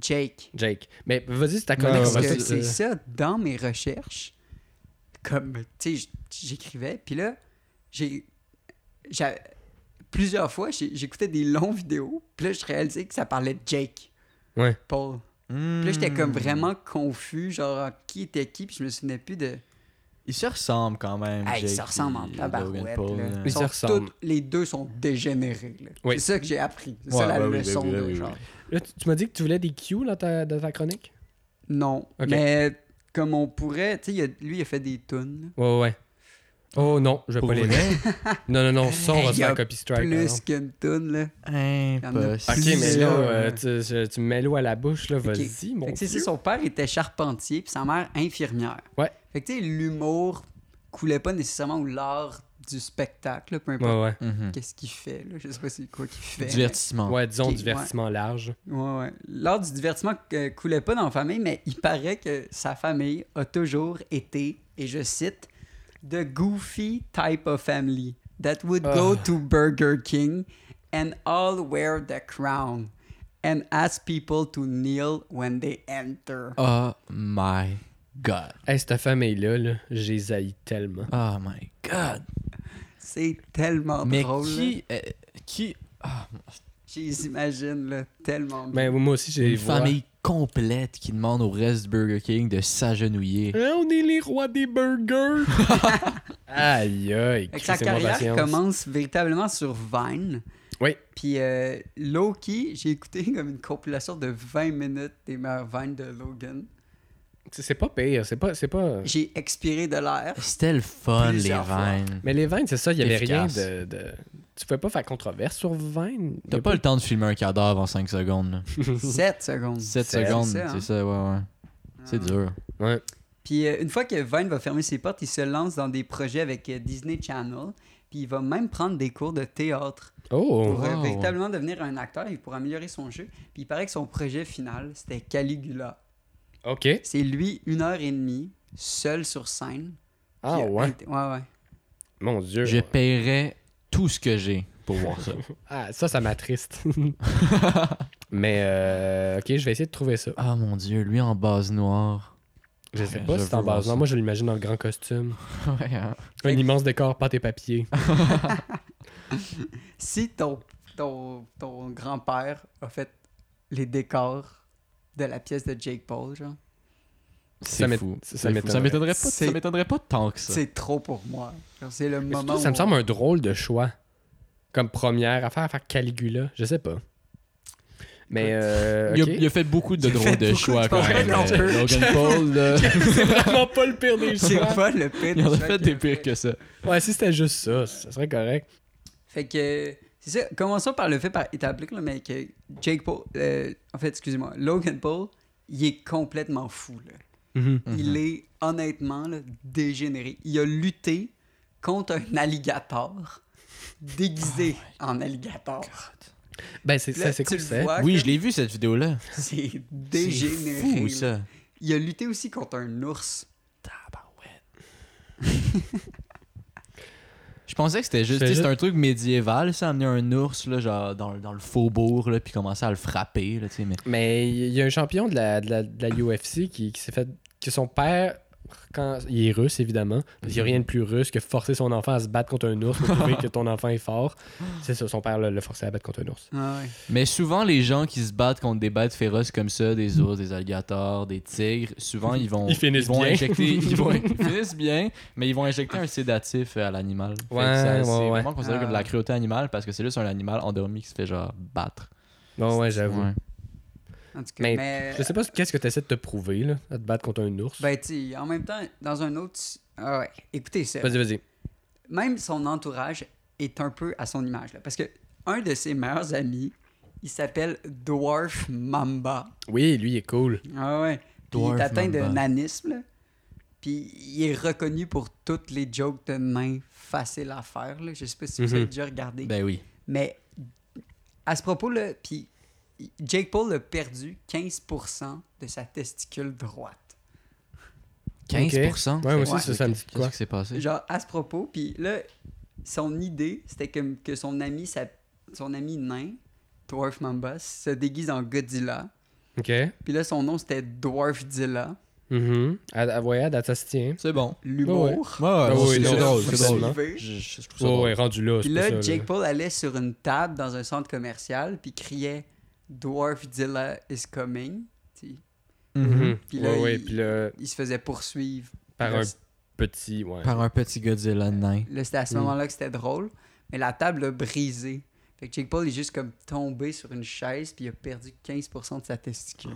D: Jake.
B: Jake. Mais vas-y, c'est ta
C: Ouais,
B: connexion.
D: Parce
C: ouais,
D: que c'est ça, dans mes recherches, comme, tu sais, j- j'écrivais, puis là, j'ai. j'a- Plusieurs fois, j'ai- j'écoutais des longues vidéos, puis là, je réalisais que ça parlait de Jake.
B: Ouais.
D: Paul.
C: Hmm.
D: Puis là, j'étais comme vraiment confus, genre, qui était qui, puis je me souvenais plus de.
C: Ils se ressemblent quand même.
D: Ah, ils
C: Jake
D: se ressemblent en
C: et Logan
D: tabarouette.
C: Paul, hein.
D: là.
C: là.
B: Ils se
D: sont
B: ressemblent.
D: tous- les deux sont dégénérés. là.
B: Oui.
D: C'est ça que j'ai appris. C'est
C: Ouais,
D: ça la
C: hein. ouais, oui,
D: leçon
C: oui,
D: de
C: oui, oui,
D: genre.
B: Là, tu, tu m'as dit que tu voulais des cues dans ta, dans ta chronique?
D: Non.
B: Ok.
D: Mais comme on pourrait, tu sais, il a- lui, il a fait des tunes.
B: Ouais, ouais, ouais. Oh non, je vais
C: Pour
B: pas les
C: vrai?
B: mettre. Non, non, non, ça, on va
D: Il
B: se
D: y a
B: faire copy strike. par
D: Plus
B: exemple.
D: qu'une tune, là.
C: Impossible.
B: Ok, mais là, euh, tu, je- tu me mets l'eau à la bouche, là,
D: Ok.
B: vas-y, mon
D: Fait que, tu sais,
B: Dieu.
D: son père était charpentier, puis sa mère infirmière.
B: Ouais.
D: Fait que, tu sais, l'humour coulait pas nécessairement ou l'art du spectacle, là, peu importe
B: Ouais, ouais.
C: Mhm.
D: qu'est-ce qu'il fait, là. Je sais pas c'est quoi qu'il fait.
C: Divertissement.
B: Ouais, disons
D: Ok,
B: divertissement large.
D: Ouais, ouais. L'art du divertissement euh, coulait pas dans la famille, mais il paraît que sa famille a toujours été, et je cite, The goofy type of family that would go
B: Ah.
D: to Burger King and all wear the crown and ask people to kneel when they enter.
C: Oh my god.
B: Hey, cette famille-là, là, j'ai zaï tellement.
C: Oh my god.
D: C'est tellement
C: Mais
D: Oh, drôle. là.
C: qui. euh, qui. ah,
D: J'imagine, là, tellement
C: Ben
D: bien.
B: Mais moi aussi, j'ai
C: une famille complète qui demande au reste du Burger King de s'agenouiller.
B: Hein, on est les rois des burgers. aïe, aïe.
D: Fait que sa
B: crissez-moi
D: carrière
B: patience.
D: commence véritablement sur Vine.
B: Oui.
D: Puis euh, Loki, j'ai écouté comme une compilation de 20 minutes des meilleures Vines de Logan.
B: C'est c'est pas pire, c'est pas, c'est pas...
D: J'ai expiré de l'air.
C: C'était le fun,
D: Plusieurs
C: les
D: fois.
C: vines.
B: Mais les Vines, c'est ça, il y avait
C: Efficace.
B: rien de, de- Tu pouvais pas faire controverse sur Vine.
C: T'as pas le temps de filmer un cadavre en 5 secondes. là.
D: 7 secondes.
C: 7
B: C'est
C: secondes,
D: ça,
C: c'est
D: hein.
C: ça, ouais, ouais. C'est dur.
B: Ouais.
D: Puis euh, une fois que Vine va fermer ses portes, il se lance dans des projets avec euh, Disney Channel. Puis il va même prendre des cours de théâtre
B: Oh,
D: pour euh,
C: wow.
D: véritablement devenir un acteur et pour améliorer son jeu. Puis il paraît que son projet final, c'était Caligula.
B: ok.
D: C'est lui, une heure et demie, seul sur scène.
B: Ah
D: Puis, euh,
B: ouais,
D: Ouais, ouais.
B: mon Dieu.
C: Je paierais tout ce que j'ai pour voir ça.
B: Ah, ça, ça m'attriste. Mais, euh, ok, je vais essayer de trouver ça.
C: Ah mon dieu, lui en base noire.
B: Je sais
C: Ouais,
B: pas
C: je
B: si c'est en
C: veux voir
B: base. Non,
C: ça.
B: moi, je l'imagine en grand costume.
C: Ouais, hein.
B: Un immense décor, pâte et papier.
D: si ton, ton, ton grand-père a fait les décors de la pièce de Jake Paul, genre,
B: Ça
C: C'est
B: m'é-
C: fou.
B: ça
C: C'est fou.
B: m'étonnerait.
C: Ça m'étonnerait pas,
D: C'est-
C: ça m'étonnerait pas tant que ça.
D: c'est trop pour moi. Genre, C'est le
B: Mais
D: moment.
B: surtout, ça
D: où
B: me semble un drôle de choix. Comme première affaire à faire Caligula. Je sais pas. Mais, euh,
C: Il, a,
B: ok.
C: il a fait beaucoup de
D: J'ai
C: drôles
D: fait
C: de
D: beaucoup
C: choix
D: de
C: quand
D: drôles
C: même.
D: de
C: euh,
D: choix.
C: Logan Paul, là,
B: c'est vraiment pas le pire des
D: C'est pas le pire.
C: il en a
D: choix
C: fait
D: qu'il
C: des pires que ça.
B: Ouais, si c'était juste ça, ça serait correct.
D: Fait que, c'est ça. Commençons par le fait par établir, là, mais que Jake Paul, euh, en fait, excusez-moi, Logan Paul, il est complètement fou, là.
C: Mhm.
D: Il est honnêtement là, dégénéré. Il a lutté contre un alligator déguisé en alligator.
B: Ben, c'est
D: Puis
B: ça,
D: là,
B: c'est
D: tu
B: cool,
D: le
B: c'est.
D: vois
C: Oui,
D: que
C: je l'ai vu cette vidéo-là.
D: C'est
C: C'est
D: dégénéré.
C: fou,
D: là.
C: ça.
D: Il a lutté aussi contre un ours.
C: Je pensais que c'était juste,
B: Je fais
C: tu sais,
B: juste-
C: c'est un truc médiéval, ça, amener un ours là, genre, dans, dans le faubourg, là, puis commencer à le frapper, là, tu sais, mais...
B: Mais il y a un champion de la, de la, de la UFC qui, qui s'est fait. que son père. Quand, il est russe, évidemment. Il n'y a rien de plus russe que forcer son enfant à se battre contre un ours pour prouver que ton enfant est fort. C'est ça, son père l'a l'a forcé à battre contre un ours.
D: Ah ouais.
C: Mais souvent, les gens qui se battent contre des bêtes féroces comme ça, des ours, des alligators, des tigres, souvent, ils vont...
B: Ils finissent
C: vont
B: bien.
C: Injecter, ils, vont, ils finissent bien, mais ils vont injecter un sédatif euh, à l'animal. Fait que
B: Ouais,
C: ça- C'est
B: ouais, ouais.
C: vraiment considéré comme de la
D: Ah.
C: cruauté animale, parce que c'est juste un animal endormi qui se fait, genre, battre.
B: Bon, ouais, j'avoue.
C: Ouais.
D: En tout cas,
B: Mais-
D: mais-
B: Je sais pas qu'est-ce que tu essaies de te prouver, là, à te battre contre un ours.
D: Ben, tu sais, en même temps, dans un autre. Ah ouais, écoutez ça.
B: Vas-y, vas-y.
D: Même son entourage est un peu à son image. Là, parce que un de ses meilleurs amis, il s'appelle Dwarf Mamba.
B: Oui, lui, il est cool.
D: Ah ouais. Puis il
C: Dwarf
D: est atteint de
C: Mamba.
D: nanisme. là. Puis il est reconnu pour toutes les jokes de main faciles à faire. Là. Je sais pas si vous
B: Mhm.
D: avez déjà regardé.
C: Ben oui.
D: Mais à ce propos, là, puis Jake Paul a perdu 15% de sa testicule droite.
C: 15%?
B: Ok. Ouais, moi aussi,
D: Ouais.
B: ça, ça me dit de
C: Qu'est-ce
B: quoi.
C: qui s'est passé?
D: Genre, à ce propos, puis là, son idée, c'était que, que son ami sa- son ami nain, Dwarf Mamba, se déguise en Godzilla.
B: Ok.
D: Puis là, son nom, c'était Dwarf Dilla.
B: Mhm. À, à, ouais, à date, ça se tient.
C: C'est bon.
D: L'humour.
C: Ouais,
B: Ah oui,
D: non,
C: c'est drôle,
D: c'est
C: c'est drôle.
D: drôle.
C: hein. Je, je- je trouve ça
B: Ouais,
C: drôle.
B: ouais, rendu là. c'est
D: Puis
B: pas
D: là,
B: ça,
D: Jake Paul allait sur une table dans un centre commercial, puis criait Dwarf Dilla is coming. Tu sais,
C: Mhm.
B: Mhm.
D: Puis là,
B: Ouais, ouais,
D: il-
B: puis là,
D: Il se faisait poursuivre.
B: par
D: Puis là,
B: un petit. Ouais.
C: Par un petit Godzilla nain.
D: Là, c'était à ce
B: Mm.
D: moment-là que c'était drôle, mais la table a brisé. Fait que Jake Paul est juste comme tombé sur une chaise puis il a perdu 15% de sa testicule.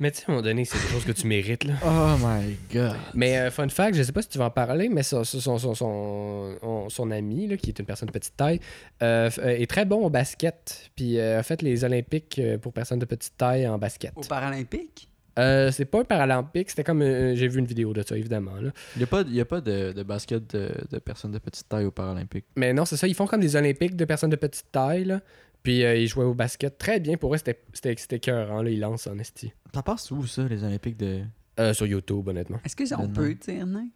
B: Mais tu sais, à un moment donné, c'est des choses que tu mérites, là.
C: Oh my god.
B: Mais euh, fun fact, je sais pas si tu vas en parler, mais son, son, son, son, son- son ami, là, qui est une personne de petite taille, euh, f- euh, est très bon au basket. Puis euh, a fait les Olympiques euh, pour personnes de petite taille en basket.
D: Aux Paralympiques?
B: Euh, c'est pas un Paralympique, c'était comme. euh, J'ai vu une vidéo de ça, évidemment. Là.
C: Il n'y a pas, il y a pas de, de basket de, de personnes de petite taille aux Paralympiques.
B: Mais non, c'est ça, ils font comme des Olympiques de personnes de petite taille, là. Puis euh, ils jouaient au basket très bien. Pour eux, c'était- c'était c'était écœurant, là. Ils lancent en esti.
C: Ça passe où ça, les Olympiques de.
B: Euh, sur YouTube, honnêtement.
D: Est-ce que ça, on
C: Ben
D: peut dire, non?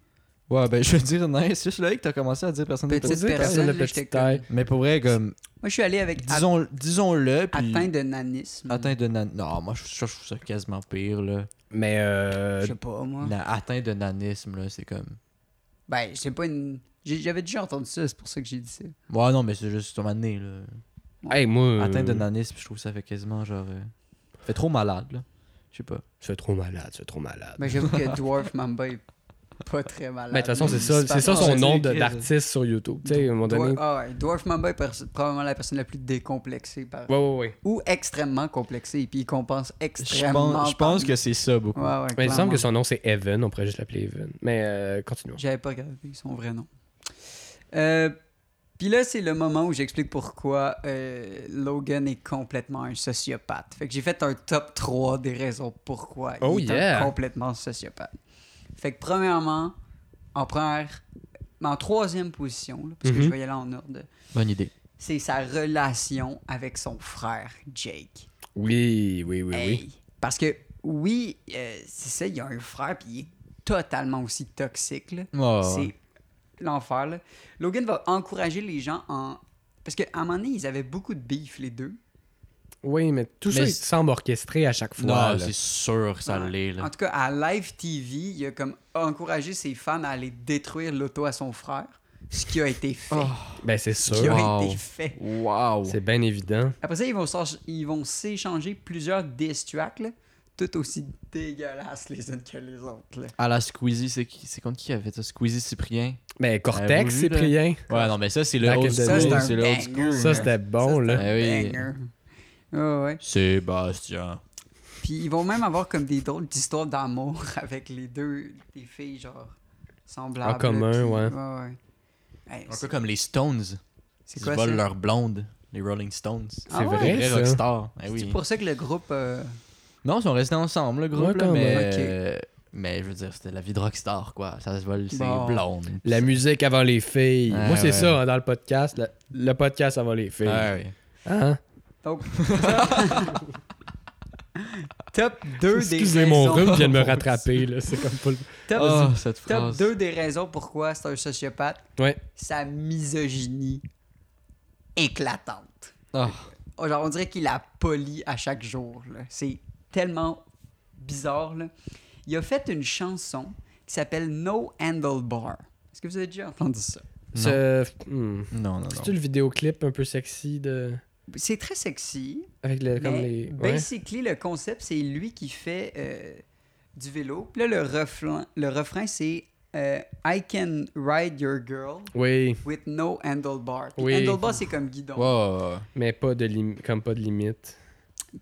C: Ouais, ben je veux dire, non, c'est juste là que t'as commencé à dire personne de
D: Petite
C: petite
B: Pour dire
D: personne,
B: personne de
D: là, j'étais
B: petite
D: comme-
B: taille.
C: Mais pour vrai, comme.
D: Moi, je suis allé avec at-
C: Disons, disons-le, puis.
D: atteint de nanisme.
C: Atteint de nan... Non, moi je, je trouve ça quasiment pire, là.
B: Mais euh,
D: Je sais pas, moi.
C: La- atteint de nanisme, là, c'est comme.
D: Ben, c'est pas une... j'ai- J'avais déjà entendu ça, c'est pour ça que j'ai dit ça.
C: Ouais, non, mais c'est juste un moment donné, là.
B: hey, moi. euh,
C: Atteint de nanisme, je trouve que ça fait quasiment genre. euh, fait trop malade, là. Je sais pas.
B: C'est trop malade, c'est trop malade.
D: Ben, j'avoue que Dwarf Mamba est pas très malade.
B: Mais Ben, de toute façon, c'est
D: Il
B: ça,
D: se
B: c'est
D: passe-
B: ça son
C: c'est
B: nom de-
C: écrit,
B: d'artiste sur YouTube. Tu sais, à un moment donné.
D: Dwarf, ah ouais, Dwarf Mamba est pers- probablement la personne la plus décomplexée par...
B: Ouais, ouais, ouais.
D: Ou extrêmement complexée, puis il compense
C: Je
D: extrêmement
C: pense, je pense que c'est ça beaucoup.
D: Ouais, ouais,
B: Mais il me semble
D: clairement.
B: que son nom c'est Evan, on pourrait juste l'appeler Evan. Mais euh, continuons.
D: J'avais pas regardé son vrai nom. Euh, Puis là, c'est le moment où j'explique pourquoi euh, Logan est complètement un sociopathe. Fait que j'ai fait un top 3 des raisons pourquoi
B: Oh
D: il est un
B: yeah.
D: complètement sociopathe. Fait que premièrement, en première, mais en troisième position, là, parce que
B: Mhm.
D: je vais y aller en ordre,
C: Bonne idée.
D: c'est sa relation avec son frère Jake.
B: Oui, oui, oui,
D: Hey, Parce que, oui, euh, c'est ça, il y a un frère, puis il est totalement aussi toxique. là.
C: Oh,
D: C'est l'enfer. là. Logan va encourager les gens en. Parce qu'à un moment donné, ils avaient beaucoup de bif, les deux.
B: Oui, mais tout ça
C: Mais
B: il
C: c'est-
B: semble orchestré à chaque fois. là.
C: c'est sûr que ça
D: Ouais.
C: l'est,
D: En
C: là.
D: tout cas, à Live TV, il a comme encouragé ses fans à aller détruire l'auto à son frère. Ce qui a été fait.
B: Ben c'est
D: ce qui
B: sûr.
D: a
C: Ah, Wow.
D: été fait.
C: Wow!
B: C'est bien évident.
D: Après ça, ils vont s'en- ils vont s'échanger plusieurs diss tracks, là, tout aussi dégueulasses les unes que les autres. là.
C: À la Squeezie, c'est qui- c'est contre qui qui avait ça? Squeezie Cyprien?
B: Mais
C: Avez-vous
B: Cortex,
C: vu,
B: Cyprien.
C: Ouais, non, mais ça, c'est le
B: Back
C: old
B: in the
C: school.
B: day.
D: Ça, c'est un
C: C'est le old
D: banger.
C: school.
B: Ça c'était bon
D: Ça,
B: là.
D: c'était
C: Eh oui.
D: banger. Ouais, ouais.
C: Sébastien.
D: Puis ils vont même avoir comme des drôles d'histoires d'amour avec les deux, des filles, genre, semblables.
B: En commun,
D: là, puis-
B: ouais.
D: ouais, Hey,
C: Un
D: c'est-
C: peu comme les Stones.
D: c'est
C: Ils
D: quoi
C: volent
D: ça?
C: leur blonde, les Rolling Stones.
D: Ah ouais?
B: vrai,
C: Les vrais
B: ça?
C: rockstars. Eh
D: C'est
C: oui.
D: pour ça que le groupe. euh,
C: Non, ils sont restés ensemble, le groupe,
B: Ouais,
C: là,
B: quand
C: mais...
D: même. Ok.
C: euh, Mais je veux dire, c'était la vie de rockstar, quoi. Ça se vole, c'est
D: Bon.
C: blonde.
B: La musique avant les filles.
C: Ouais,
B: Moi, c'est
C: ouais.
B: ça, hein, dans le podcast. Le, le podcast avant les filles.
C: Ah ouais.
B: Hein?
D: Donc, top 2 des
B: Excusez mon
D: raisons.
B: rhume vient de me rattraper. là. C'est comme pas le...
D: Top,
C: Oh, cette
D: top
C: phrase.
D: 2 des raisons pourquoi c'est un sociopathe.
B: Ouais.
D: Sa misogynie éclatante.
C: Ah.
D: Oh, Genre, on dirait qu'il la polie à chaque jour. là. C'est tellement bizarre. là. Il a fait une chanson qui s'appelle No Handlebar. Est-ce que vous avez déjà entendu ça?
B: Ce- hmm.
C: Non, non, non.
B: C'est-tu le vidéoclip un peu sexy de...
D: C'est très sexy.
B: Avec le, comme
D: Mais
B: les... ouais.
D: Basically, le concept, c'est lui qui fait euh, du vélo. Puis là, le refrain, le refrain c'est euh, I can ride your girl
B: Oui,
D: with no handlebar. Puis
B: Oui.
D: handlebar, c'est comme guidon.
C: Ouais, ouais, ouais.
B: mais pas de, lim- comme pas de limite.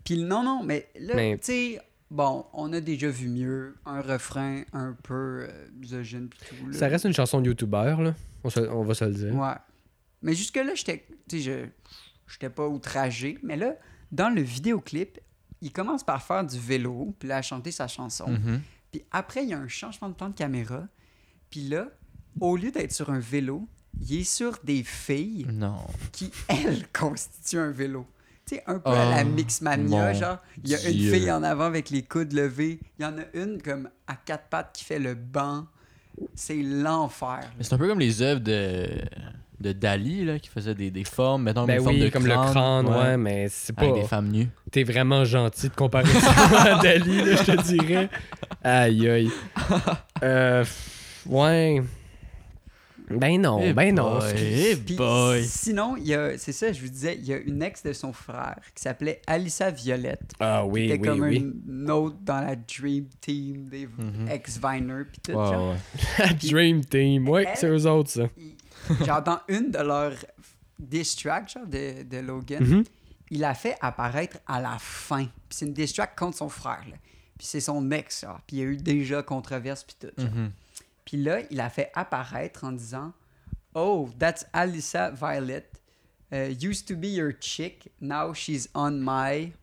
D: Puis non, non, mais là,
B: Mais-
D: tu sais, bon, on a déjà vu mieux. Un refrain un peu euh, misogyne. puis tout, là.
B: Ça reste une chanson de youtubeur, là. On, se- on va se le dire.
D: Ouais. Mais jusque-là, j'étais. Tu sais, je- j'étais pas outragé. Mais là, dans le vidéoclip, il commence par faire du vélo, puis là, à chanter sa chanson.
B: Mm.
C: Mhm.
D: Puis après, il y a un changement de plan de caméra. Puis là, au lieu d'être sur un vélo, il est sur des
B: Mm.
D: filles
C: Non.
D: qui, elles, constituent un vélo. Tu sais, un peu à la
C: Oh,
D: Mixmania,
C: mon
D: genre, il y a une
C: Dieu.
D: fille en avant avec les coudes levés. Il y en a une comme à quatre pattes qui fait le banc. C'est l'enfer.
C: Mais c'est un peu comme les œuvres de, de Dali, là, qui faisait des, des formes, mettons,
B: Ben
C: une forme de
B: oui, comme le crâne, ouais, mais c'est pas...
C: Avec des femmes nues.
B: T'es vraiment gentil de comparer ça à Dali, là, je te dirais. Aïe, aïe. Euh, pff, ouais. Ben non,
C: Eh
B: ben non.
C: boy,
B: c'est-
C: eh
D: Puis
C: boy.
D: sinon, il y a, c'est ça, je vous disais, il y a une ex de son frère qui s'appelait Alissa Violette.
B: Ah
C: Eh
B: oui,
D: C'était
B: oui,
D: comme
B: oui.
D: une autre dans la Dream Team des
C: Mhm.
D: ex-Viner. Puis tout,
C: Ouais,
D: genre.
C: ouais.
B: La Dream Team, ouais,
D: Elle-
B: c'est eux autres, ça.
D: Il- genre dans une de leurs diss tracks, genre de, de Logan,
B: Mhm.
D: il a fait apparaître à la fin. Puis c'est une diss track contre son frère. là. Puis c'est son ex, genre. Puis il y a eu déjà controverse, puis tout. genre.
C: Mhm.
D: Puis là, il a fait apparaître en disant Oh, that's Alyssa Violet. Uh, used to be your chick, now she's on my.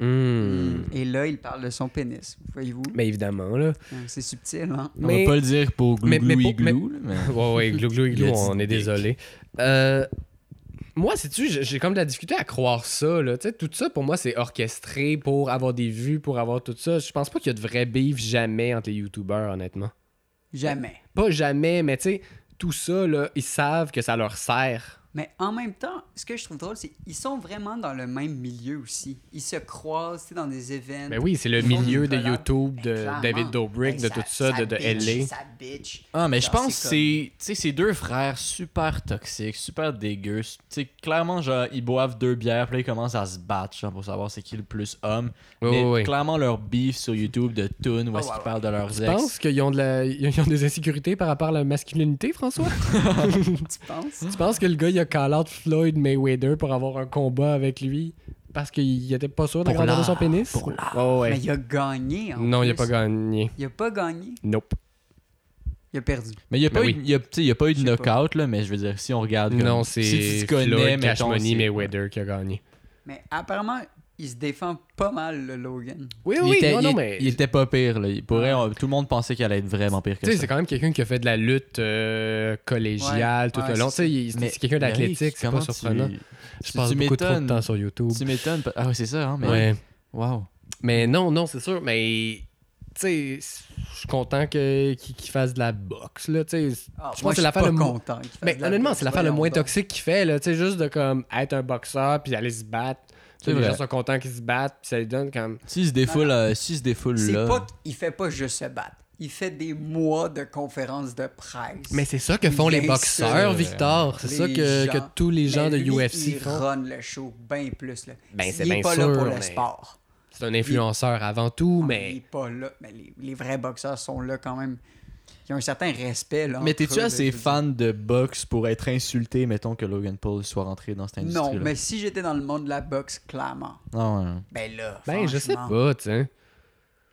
B: Hmm.
D: Et là, il parle de son pénis, voyez-vous.
B: Mais évidemment, là.
D: C'est subtil, hein?
C: On
B: Mais-
C: va pas le dire pour glou
B: mais- mais
C: glou
B: pour-
C: igloo, là, mais...
B: Ouais, ouais, glou glou glou,
C: Il a dit
B: on est
C: dick.
B: désolé. Euh, moi, sais-tu, j'ai j'ai comme de la difficulté à croire ça, là. Tu sais, tout ça, pour moi, c'est orchestré pour avoir des vues, pour avoir tout ça. Je pense pas qu'il y a de vrai beef jamais entre les YouTubers, honnêtement.
D: Jamais.
B: Pas jamais, mais tu sais, tout ça, là, ils savent que ça leur sert.
D: Mais en même temps, ce que je trouve drôle, c'est qu'ils sont vraiment dans le même milieu aussi. Ils se croisent, tu sais, dans des événements.
B: Mais Ben oui, c'est le
D: Ils font
B: milieu
D: des
B: de
D: collabs.
B: YouTube,
D: Ben,
B: de
D: clairement.
B: David Dobrik, de
D: Ben,
B: tout ça, de, de
D: bitch,
B: LA.
D: Ça bitch.
C: Ah, mais je
D: Genre,
C: pense que
D: c'est
C: c'est tu sais, ces deux frères super toxiques, super dégueux. Tu sais, clairement, genre, ils boivent deux bières, puis là, ils commencent à se battre genre, pour savoir c'est qui le plus homme.
B: Oui,
C: mais
B: oui, oui.
C: clairement, leur beef sur YouTube de Toon, où est-ce
D: Oh, ouais,
C: qu'ils parlent de leurs
B: Tu
C: ex.
B: penses qu'ils ont, de la- ils ont des insécurités par rapport à la masculinité, François?
D: Tu penses?
B: Tu penses que le gars, il a call out Floyd Mayweather pour avoir un combat avec lui parce qu'il était pas sûr de la
C: Pour
B: grandeur de son
C: l'art,
B: pénis?
C: pour l'art.
B: Oh,
D: Mais
B: ouais.
D: il a gagné. en
B: Non, il a pas
D: plus.
B: gagné.
D: Il a pas gagné.
B: Nope.
D: Il a perdu.
C: Mais il n'y a,
B: Ben
C: pas
B: oui.
C: eu- il y a- tu sais, il y a pas eu de
D: Je sais pas.
C: knockout, là, mais je veux dire, si on regarde. comme-
B: Non,
C: si
B: c'est
C: tu t'y connais,
B: Floyd
C: mais
B: Cash Money Mayweather qui a gagné.
D: Mais apparemment, il se défend pas mal, le Logan.
B: Oui,
C: Il,
B: oui,
C: était,
B: non,
C: il-
B: non, mais... Ah.
C: il était pas pire. Là. Il pourrait, on- tout le monde pensait qu'elle allait être vraiment pire que
B: Tu sais,
C: ça.
B: c'est quand même quelqu'un qui a fait de la lutte euh, collégiale
D: Ouais,
B: tout
D: ouais,
B: le long. Tu
D: c'est
B: sais, il- c'est
C: Mais-
B: c'est quelqu'un
C: mais
B: d'athlétique,
C: Rick,
B: c'est pas
C: comment tu-
B: surprenant. Je
C: tu-
B: passe
C: tu
B: beaucoup trop de
C: m'étonnes.
B: temps sur YouTube.
C: Tu m'étonnes. pas- Ah, oui, c'est ça, hein, mais.
B: Ouais.
C: Wow.
B: Mais non, non, c'est sûr, mais... Tu sais, je suis content que- qu'il qu'il fasse de la boxe, là, tu sais.
D: Ah,
B: Je pense
D: moi,
B: que c'est l'affaire
D: pas
B: le mo-
D: content qu'il fasse
B: Mais
D: de la
B: honnêtement,
D: boxe,
B: c'est l'affaire le moins
D: voyons donc.
B: toxique qu'il fait, là. Tu sais, juste de comme être un boxeur puis aller se battre. Tu sais,
C: C'est
B: les
C: vrai.
B: gens sont contents qu'ils se battent puis ça les donne comme.
C: S'il se défoule, euh, s'il se défoule
D: C'est
C: là.
D: pas qu'il fait pas juste se battre. Il fait des mois de conférences de presse.
B: Mais c'est ça que
D: font
B: font
D: les
B: les
D: Bien boxeurs,
B: boxeurs,
D: sûr.
B: Victor. C'est ça
D: Les
B: que,
D: gens-
B: que tous les gens
D: Mais
B: de
D: lui,
B: UFC
D: il
B: font.
D: run le show bien plus. Là.
B: Ben, c'est
D: il est
B: bien
D: pas là
B: sûr,
D: pour le
B: mais-
D: sport.
B: C'est un influenceur avant tout,
D: Ah, Il est
B: mais.
D: pas là. Mais les, les vrais boxeurs sont là quand même. Ils ont un certain respect. Là,
C: Mais
D: entre
C: t'es-tu
D: eux, là,
C: assez
D: je veux
C: fan de boxe pour être insulté, mettons que Logan Paul soit rentré dans cette
D: dire.
C: industrie
D: Non, mais si j'étais dans le monde de la boxe, clairement.
C: Non, Ah ouais, non.
D: Ben là.
B: Ben, je sais
D: franchement.
B: pas, tu sais.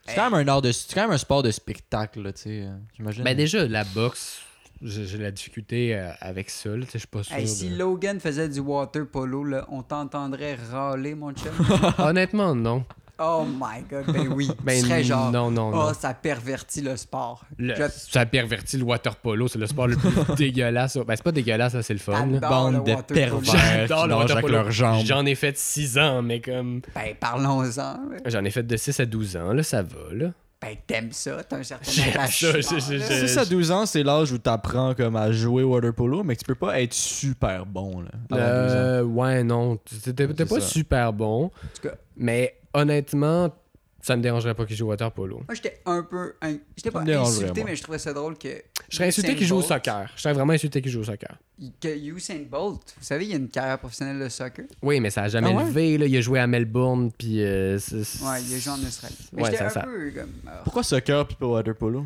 C: C'est quand même un art de... C'est quand même un sport de spectacle, là, tu sais. euh, J'imagine.
B: Ben, déjà, Ben, la boxe, j'ai j'ai de la difficulté euh, avec ça. là, tu sais, Je suis pas sûr.
D: Hey, si
B: de-
D: Logan faisait du water polo, là, on t'entendrait râler, mon chum.
B: Honnêtement, non.
D: oh my god, ben oui.
B: Ben,
D: tu serais genre,
B: non, non,
D: oh,
B: non.
D: ça pervertit le sport.
B: Le-
D: Je-
B: Ça pervertit le water polo, c'est le sport le plus dégueulasse. Ben, c'est pas dégueulasse, ça, c'est le fun. là.
D: J'adore le
C: Bande de
D: water polo.
C: pervers qui
B: J'adore le
C: nagent
B: water
C: avec
B: polo.
C: leurs jambes.
B: J'en ai fait 6 ans, mais comme.
D: Ben, parlons-en. là.
B: J'en ai fait de 6 à 12 ans, là, ça va, là.
D: Ben, t'aimes ça, t'as un certain
B: J'aime ça,
D: attachement.
B: j'ai- j'ai-
D: là.
B: j'ai-
C: 6 à 12 ans, c'est l'âge où t'apprends comme à jouer water polo, mais que tu peux pas être super bon. Là,
D: Ah
C: avant 12 ans.
B: Euh, ouais, non. T'es t'es- t'es
C: C'est
B: pas
C: ça.
B: super bon.
D: tout cas.
B: Mais honnêtement, ça me dérangerait pas qu'il joue au water polo.
D: Moi, j'étais un peu. in- J'étais pas
C: me dérangerait,
D: insulté,
C: moi.
D: mais je trouvais ça drôle que.
B: Je serais insulté qu'il joue au
D: Usain Bolt-
B: soccer. Je serais vraiment insulté qu'il joue au soccer.
D: Que Usain Bolt, vous savez, il y a une carrière professionnelle de soccer.
B: Oui, mais ça a jamais
C: Ah ouais?
B: levé. Là. Il a joué à Melbourne, puis... euh, c'est- c'est-
D: Ouais, il a joué en Australie. Mais
B: Ouais,
D: j'étais
B: ça,
D: un
B: ça-
D: peu comme. ah,
C: Pourquoi soccer pis pas water polo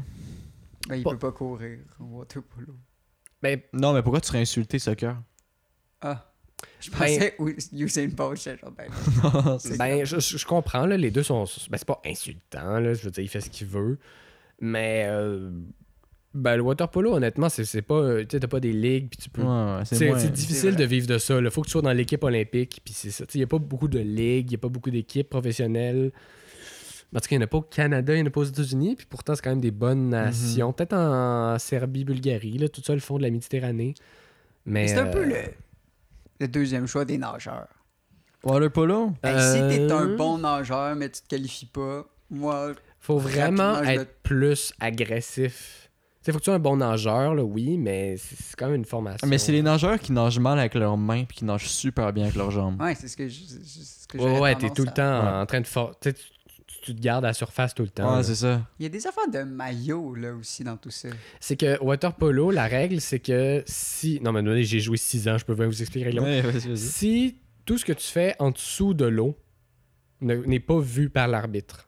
D: ben, il
B: Pas-
D: peut pas courir au water polo.
B: Mais
C: Non, mais pourquoi tu serais insulté soccer
D: Ah. Je
B: Ben-
D: pensais que Usain Bolt, j'étais genre, ben,
B: ben, je, je- je comprends, là, les deux sont... Ben, c'est pas insultant, là. je veux dire, il fait ce qu'il veut. Mais euh, ben, le water polo, honnêtement, c'est c'est pas... euh, Tu sais, t'as pas des ligues, puis tu peux...
C: Ouais, ouais, c'est
B: C'est
C: moins-
B: c'est
D: C'est
B: difficile
D: vrai.
B: de vivre de ça. Il faut que tu sois dans l'équipe olympique. Puis c'est ça. Il n'y a pas beaucoup de ligues, il n'y a pas beaucoup d'équipes professionnelles. En tout cas, il n'y en a pas au Canada, il n'y en a pas aux États-Unis. Puis pourtant, c'est quand même des
C: Mhm.
B: bonnes nations. Peut-être en Serbie, Bulgarie, là, tout ça, le fond de la Méditerranée. Mais.
D: C'est un peu
B: euh,
D: le, le deuxième choix des nageurs.
C: Water polo
D: Hey, Si t'es un
B: Euh.
D: bon nageur, mais tu te qualifies pas, moi,
B: faut vraiment
D: Rapidement, je
B: être plus agressif. Il faut que tu sois un bon nageur, là, oui, mais c'est c'est quand même une formation.
C: Ah, Mais c'est les nageurs qui nagent mal avec leurs mains puis qui nagent super bien avec leurs jambes.
B: Ah,
D: ouais, c'est ce que je. c'est ce que
B: Ouais,
D: j'aurais
B: ouais, t'es
D: tendance
B: tout le
D: à-
B: temps
C: Ouais.
B: en train de. for- tu sais, tu- tu- tu te gardes à la surface tout le temps.
C: Ouais,
B: là.
C: c'est ça.
D: Il y a des affaires de maillot, là, aussi, dans tout ça.
B: C'est que water polo, la règle, c'est que si. Non, mais attendez, j'ai joué 6 ans, je peux bien vous expliquer la règle.
C: Ouais, vas-y, vas-y.
B: Si tout ce que tu fais en dessous de l'eau ne- n'est pas vu par l'arbitre,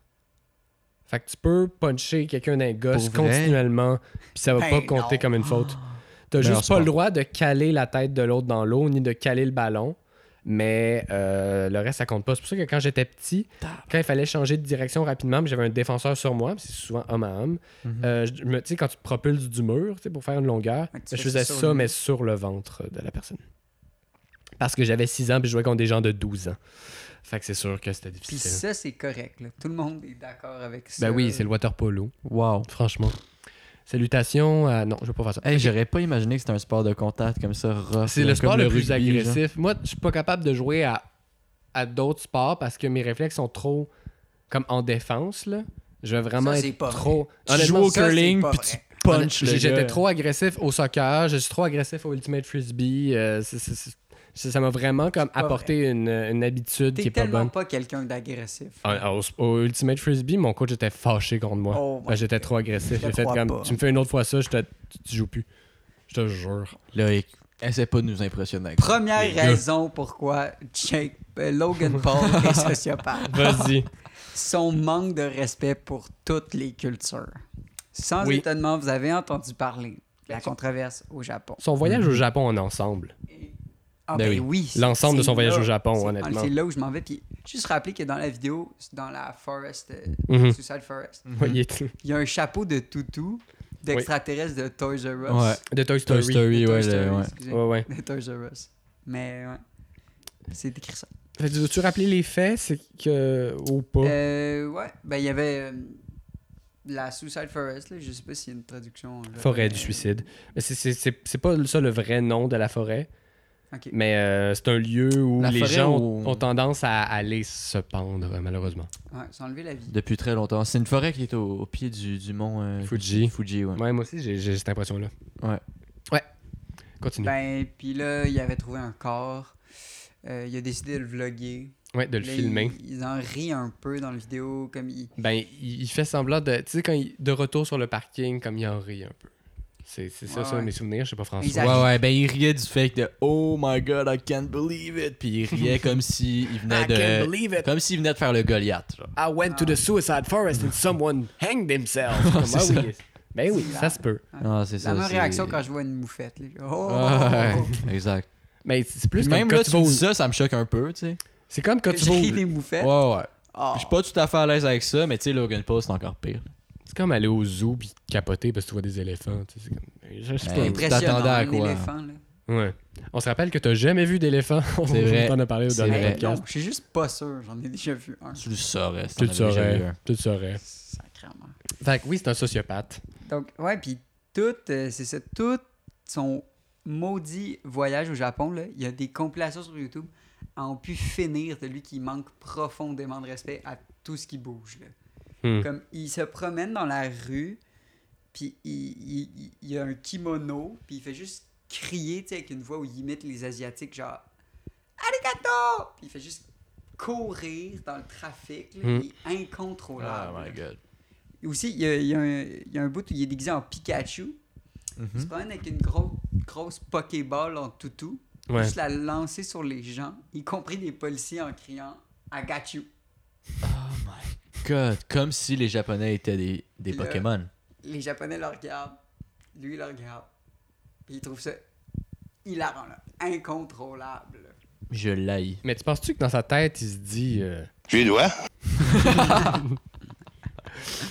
B: fait que tu peux puncher quelqu'un d'un gosse
C: Pour vrai?
B: continuellement, puis ça va
D: Ben
B: pas compter
D: non.
B: comme une faute. T'as
C: Meilleur
B: juste pas
C: sport.
B: le droit de caler la tête de l'autre dans l'eau, ni de caler le ballon. Mais euh, le reste, ça compte pas. C'est pour ça que quand j'étais petit, quand il fallait changer de direction rapidement, puis j'avais un défenseur sur moi, puis c'est souvent homme à homme.
C: Mhm.
B: euh, je me- tu sais, quand tu te propulses du mur tu sais, pour faire une longueur,
D: Ouais, tu
B: je
D: fais
B: faisais
D: ça sur
B: ça,
D: lui.
B: mais sur le ventre de la personne. Parce que j'avais 6 ans, puis je jouais contre des gens de 12 ans. Fait que c'est sûr que c'était
D: Puis
B: difficile.
D: ça, c'est correct, là. Tout le monde est d'accord avec ça.
B: Ben oui, c'est le water polo,
C: Wow.
B: franchement. Salutations à... Non, je vais pas faire ça.
C: Hey, j'aurais pas imaginé que c'était un sport de contact comme ça, rough.
B: C'est
C: là,
B: le
C: comme
B: sport le, plus
C: rugby, genre.
B: agressif. Moi, je suis pas capable de jouer à, à d'autres sports parce que mes réflexes sont trop comme en défense. Là. Je vais vraiment
D: Ça, c'est
B: être
D: pas
B: trop.
C: Tu joues au
B: Honnêtement,
D: ça, c'est
C: curling
D: pas
C: puis
D: vrai.
C: tu punches
B: honn-
C: le
B: J'étais
C: gars.
B: trop agressif au soccer, je suis trop agressif au Ultimate Frisbee. euh, c'est- c'est- c'est- ça ça m'a vraiment comme
D: pas
B: apporté une, une habitude qui
D: T'es
B: est pas
D: tellement
B: bonne.
D: pas quelqu'un d'agressif.
B: Ah, Au, au Ultimate Frisbee, mon coach était fâché contre moi.
D: Oh my
B: Ben, J'étais trop agressif.
D: Je
B: J'ai fait
D: crois
B: comme
D: pas.
B: tu me fais une autre fois ça, je te, tu, tu joues plus. Je te jure.
C: Loïc, essaie pas de nous impressionner. avec ça.
D: Première raison pourquoi Jake, euh, Logan Paul est sociopathe.
B: Vas-y.
D: Son manque de respect pour toutes les cultures. Sans
B: Oui.
D: étonnement, vous avez entendu parler de la controverse au Japon.
B: Son voyage au Japon en ensemble.
D: Ah
B: Ben
D: ben,
B: oui.
D: oui. c'est-
B: L'ensemble de
D: c'est
B: son voyage
D: là.
B: au Japon,
D: C'est-
B: honnêtement.
D: C'est là où je m'en vais. Puis juste rappeler que dans la vidéo, c'est dans la forest, euh,
B: Mhm.
D: Suicide Forest,
B: Voyez,
D: il y a un chapeau de toutou d'extraterrestre de Toys R Us.
C: Ouais.
B: de Toy Story.
C: Toy Story,
D: De Toy
C: ouais,
D: Story,
C: le- ouais.
D: excusez.
B: Ah Ouais, ouais.
D: De Toys R Us. Mais ouais. C'est écrit ça.
B: Fait que veux-tu rappeler les faits, c'est que ou pas
D: Euh, ouais. Ben, il y avait euh, la Suicide Forest, là. Je sais pas s'il y a une traduction. en japonais.
B: Forêt du suicide. Mais c'est- C'est c'est- c'est pas ça le vrai nom de la forêt,
D: Ok.
B: mais euh, c'est un lieu où
C: La
B: les
C: forêt
B: gens
C: où-
B: ont, ont tendance à aller se pendre, malheureusement.
D: Ouais, ils ont enlevé la vie.
C: Depuis très longtemps. C'est une forêt qui est au, au pied du, du mont euh,
B: Fuji.
C: Fuji, ouais.
B: Ouais, moi aussi, j'ai j'ai cette impression-là.
C: Ouais.
B: Ouais. Continue.
D: Ben, puis là, il avait trouvé un corps. Euh, il a décidé de le vlogger.
B: ouais, de le
D: Là,
B: filmer.
D: Ils, ils en rient un peu dans la vidéo, comme ils...
B: Ben, il, il fait semblant de. Tu sais, quand il, de retour sur le parking, comme il en rit un peu. C'est c'est ça,
D: Ouais,
B: ça,
D: ouais.
B: mes souvenirs. Je sais pas, François.
D: Ils
C: Ouais,
D: arrivent.
C: ouais, ben il riait du fait de Oh my god, I can't believe it. Puis il riait comme si il venait de.
B: believe it.
C: Comme s'il venait de faire le Goliath. genre.
B: I went to the suicide forest and someone hanged himself. Comme, ah oui. Ben oui, ça se peut.
C: Ah, c'est ça.
D: La même
C: c'est-
D: réaction quand je vois une moufette. là. Oh!
C: Ouais, exact.
B: Mais c'est plus
C: Puis
B: comme
C: même
B: quand
C: là,
B: tu
C: tu
B: vas au-
C: dis ça, ça me choque un peu, tu sais.
B: C'est comme quand tu
D: Je
B: vas
D: ris
B: au-
D: des
C: Ouais,
D: moufettes.
C: ouais.
D: Oh.
C: Je suis pas tout à fait à l'aise avec ça, mais tu sais, Logan Paul, c'est encore pire.
B: C'est comme aller au zoo puis capoter parce que tu vois des éléphants. tu sais, c'est comme- Je sais
C: Ben,
B: pas.
D: Impressionnant,
C: t'attendais à
D: un
C: quoi?
D: éléphant, là.
B: Ouais. On se rappelle que t'as jamais vu d'éléphant. On
C: C'est vrai.
B: t'en a parlé au
C: C'est
B: dernier
C: vrai.
D: Mais
B: podcast.
D: non, je suis juste pas sûr. J'en ai déjà vu un.
C: Tu le saurais. si
B: Tu
C: t'en
B: le
C: avais jamais vu
B: saurais.
C: un.
B: Tu le saurais.
D: Sacrément.
B: Fait que oui, c'est un sociopathe.
D: Donc, ouais, puis tout, euh, c'est ça, tout son maudit voyage au Japon, là, il y a des compilations sur YouTube à en pu finir de lui qui manque profondément de respect à tout ce qui bouge. là.
B: Hmm.
D: Comme il se promène dans la rue, puis il, il- il- il y a un kimono, puis il fait juste crier, tu sais, avec une voix où il imite les Asiatiques, genre Arigato! Puis il fait juste courir dans le trafic, là,
B: Hmm.
D: il est incontrôlable.
C: Oh my god.
D: Et aussi, il y a, il y a un, il y a un bout où il est déguisé en Pikachu. Il
C: Mhm. Hmm.
D: se promène avec une grosse, grosse Pokéball en toutou.
B: Ouais.
D: Juste la lancer sur les gens, y compris des policiers en criant I got you.
C: God, Comme si les Japonais étaient des, des
D: Le-
C: Pokémon.
D: Les Japonais le regardent. Lui, il le regarde. Puis il trouve ça hilarant, là. incontrôlable. là.
C: Je l'haïs.
B: Mais tu penses-tu que dans sa tête, il se dit. euh,
F: Je lui dois.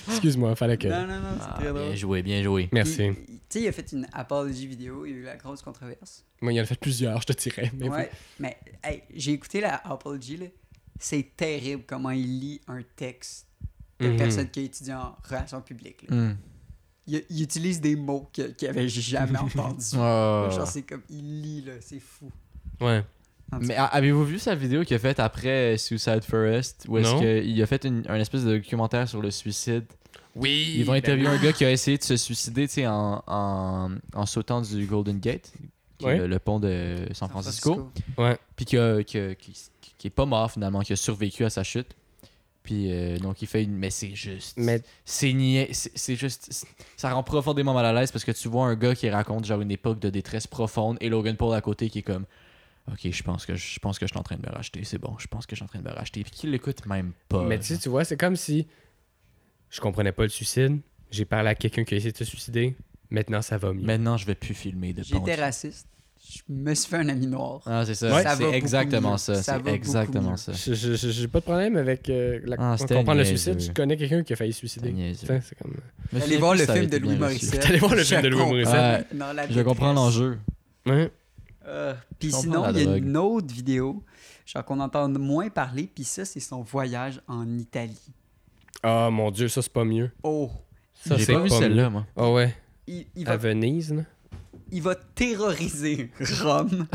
B: Excuse-moi, fallait que.
D: Non, non, non, c'est
C: Ah,
D: très drôle.
C: bien joué, bien joué.
B: Merci.
D: Il- il- Tu sais, il a fait une apologie vidéo, il y a eu la grosse controverse.
B: Moi, il y en a fait plusieurs, je te dirais. Mais
D: ouais, mais hey, j'ai écouté la Apology, là. C'est terrible comment il lit un texte de
B: Mhm.
D: personne qui a étudié en relations publiques. là.
C: Hmm.
D: Il, il utilise des mots que- qu'il avait jamais entendus.
C: Oh.
D: Genre, c'est comme, il lit, là, c'est fou.
B: vous- ouais.
D: En tout
C: Mais a- avez-vous vu sa vidéo qu'il a faite après euh, Suicide Forest où est-ce
B: Non.
C: qu'il a fait une, un espèce de documentaire sur le suicide
B: Oui.
C: Ils vont
B: ben
C: interviewer un gars qui a essayé de se suicider tu sais, en, en, en sautant du Golden Gate, qui est
B: Ouais.
C: le, le pont de San Francisco, puis qui, a- qui, a- qui- qui est pas mort finalement, qui a survécu à sa chute. Puis euh, donc il fait une. Mais c'est juste.
B: Mais
C: C'est niais. C'est c'est juste. c'est- Ça rend profondément mal à l'aise parce que tu vois un gars qui raconte genre une époque de détresse profonde et Logan Paul à côté qui est comme. Ok, je pense que je pense que je suis en train de me racheter, c'est bon, je pense que je suis en train de me racheter. Puis qu'il l'écoute même pas.
B: Mais tu, sais, tu vois, c'est comme si je comprenais pas le suicide. J'ai parlé à quelqu'un qui a essayé de se suicider. Maintenant, ça va mieux.
C: Maintenant, je vais plus filmer de pont.
D: J'étais raciste. Je me suis fait un ami noir.
C: Ah, c'est ça.
D: Ouais. Ça va
C: C'est
D: beaucoup
C: exactement
D: mieux.
C: ça.
D: Ça
C: C'est
D: va beaucoup
C: exactement
D: mieux.
C: ça.
B: Je- je- je- J'ai pas de problème avec euh, la...
C: Ah, c'était
B: comprendre le
C: niaiseux.
B: suicide. Je connais quelqu'un qui a failli se
C: T'es
B: suicider.
C: niaiseux.
B: Putain, c'est comme...
C: Je me
D: Allez
C: souviens
D: voir
C: plus
D: le
C: si ça
D: film
C: avait
D: de
C: été
D: Louis
C: bien
D: Morissette.
B: T'es allé voir le film de Louis
D: comprends-
C: Morissette?
D: dans la
C: reçu. Je comprends
D: détresse.
C: l'enjeu.
B: Ouais.
D: Euh, puis
C: comprends
D: sinon,
C: la
D: il y a
C: drogue.
D: une autre vidéo, genre qu'on entend moins parler, puis ça, c'est son voyage en Italie.
B: Ah, mon Dieu, ça, c'est pas mieux.
D: Oh!
B: Ça,
C: J'ai
B: c'est
C: pas vu
B: pas
C: celle-là, moi.
B: Ah ouais,
D: Il, il
B: à
D: va,
B: Venise, là.
D: il va terroriser Rome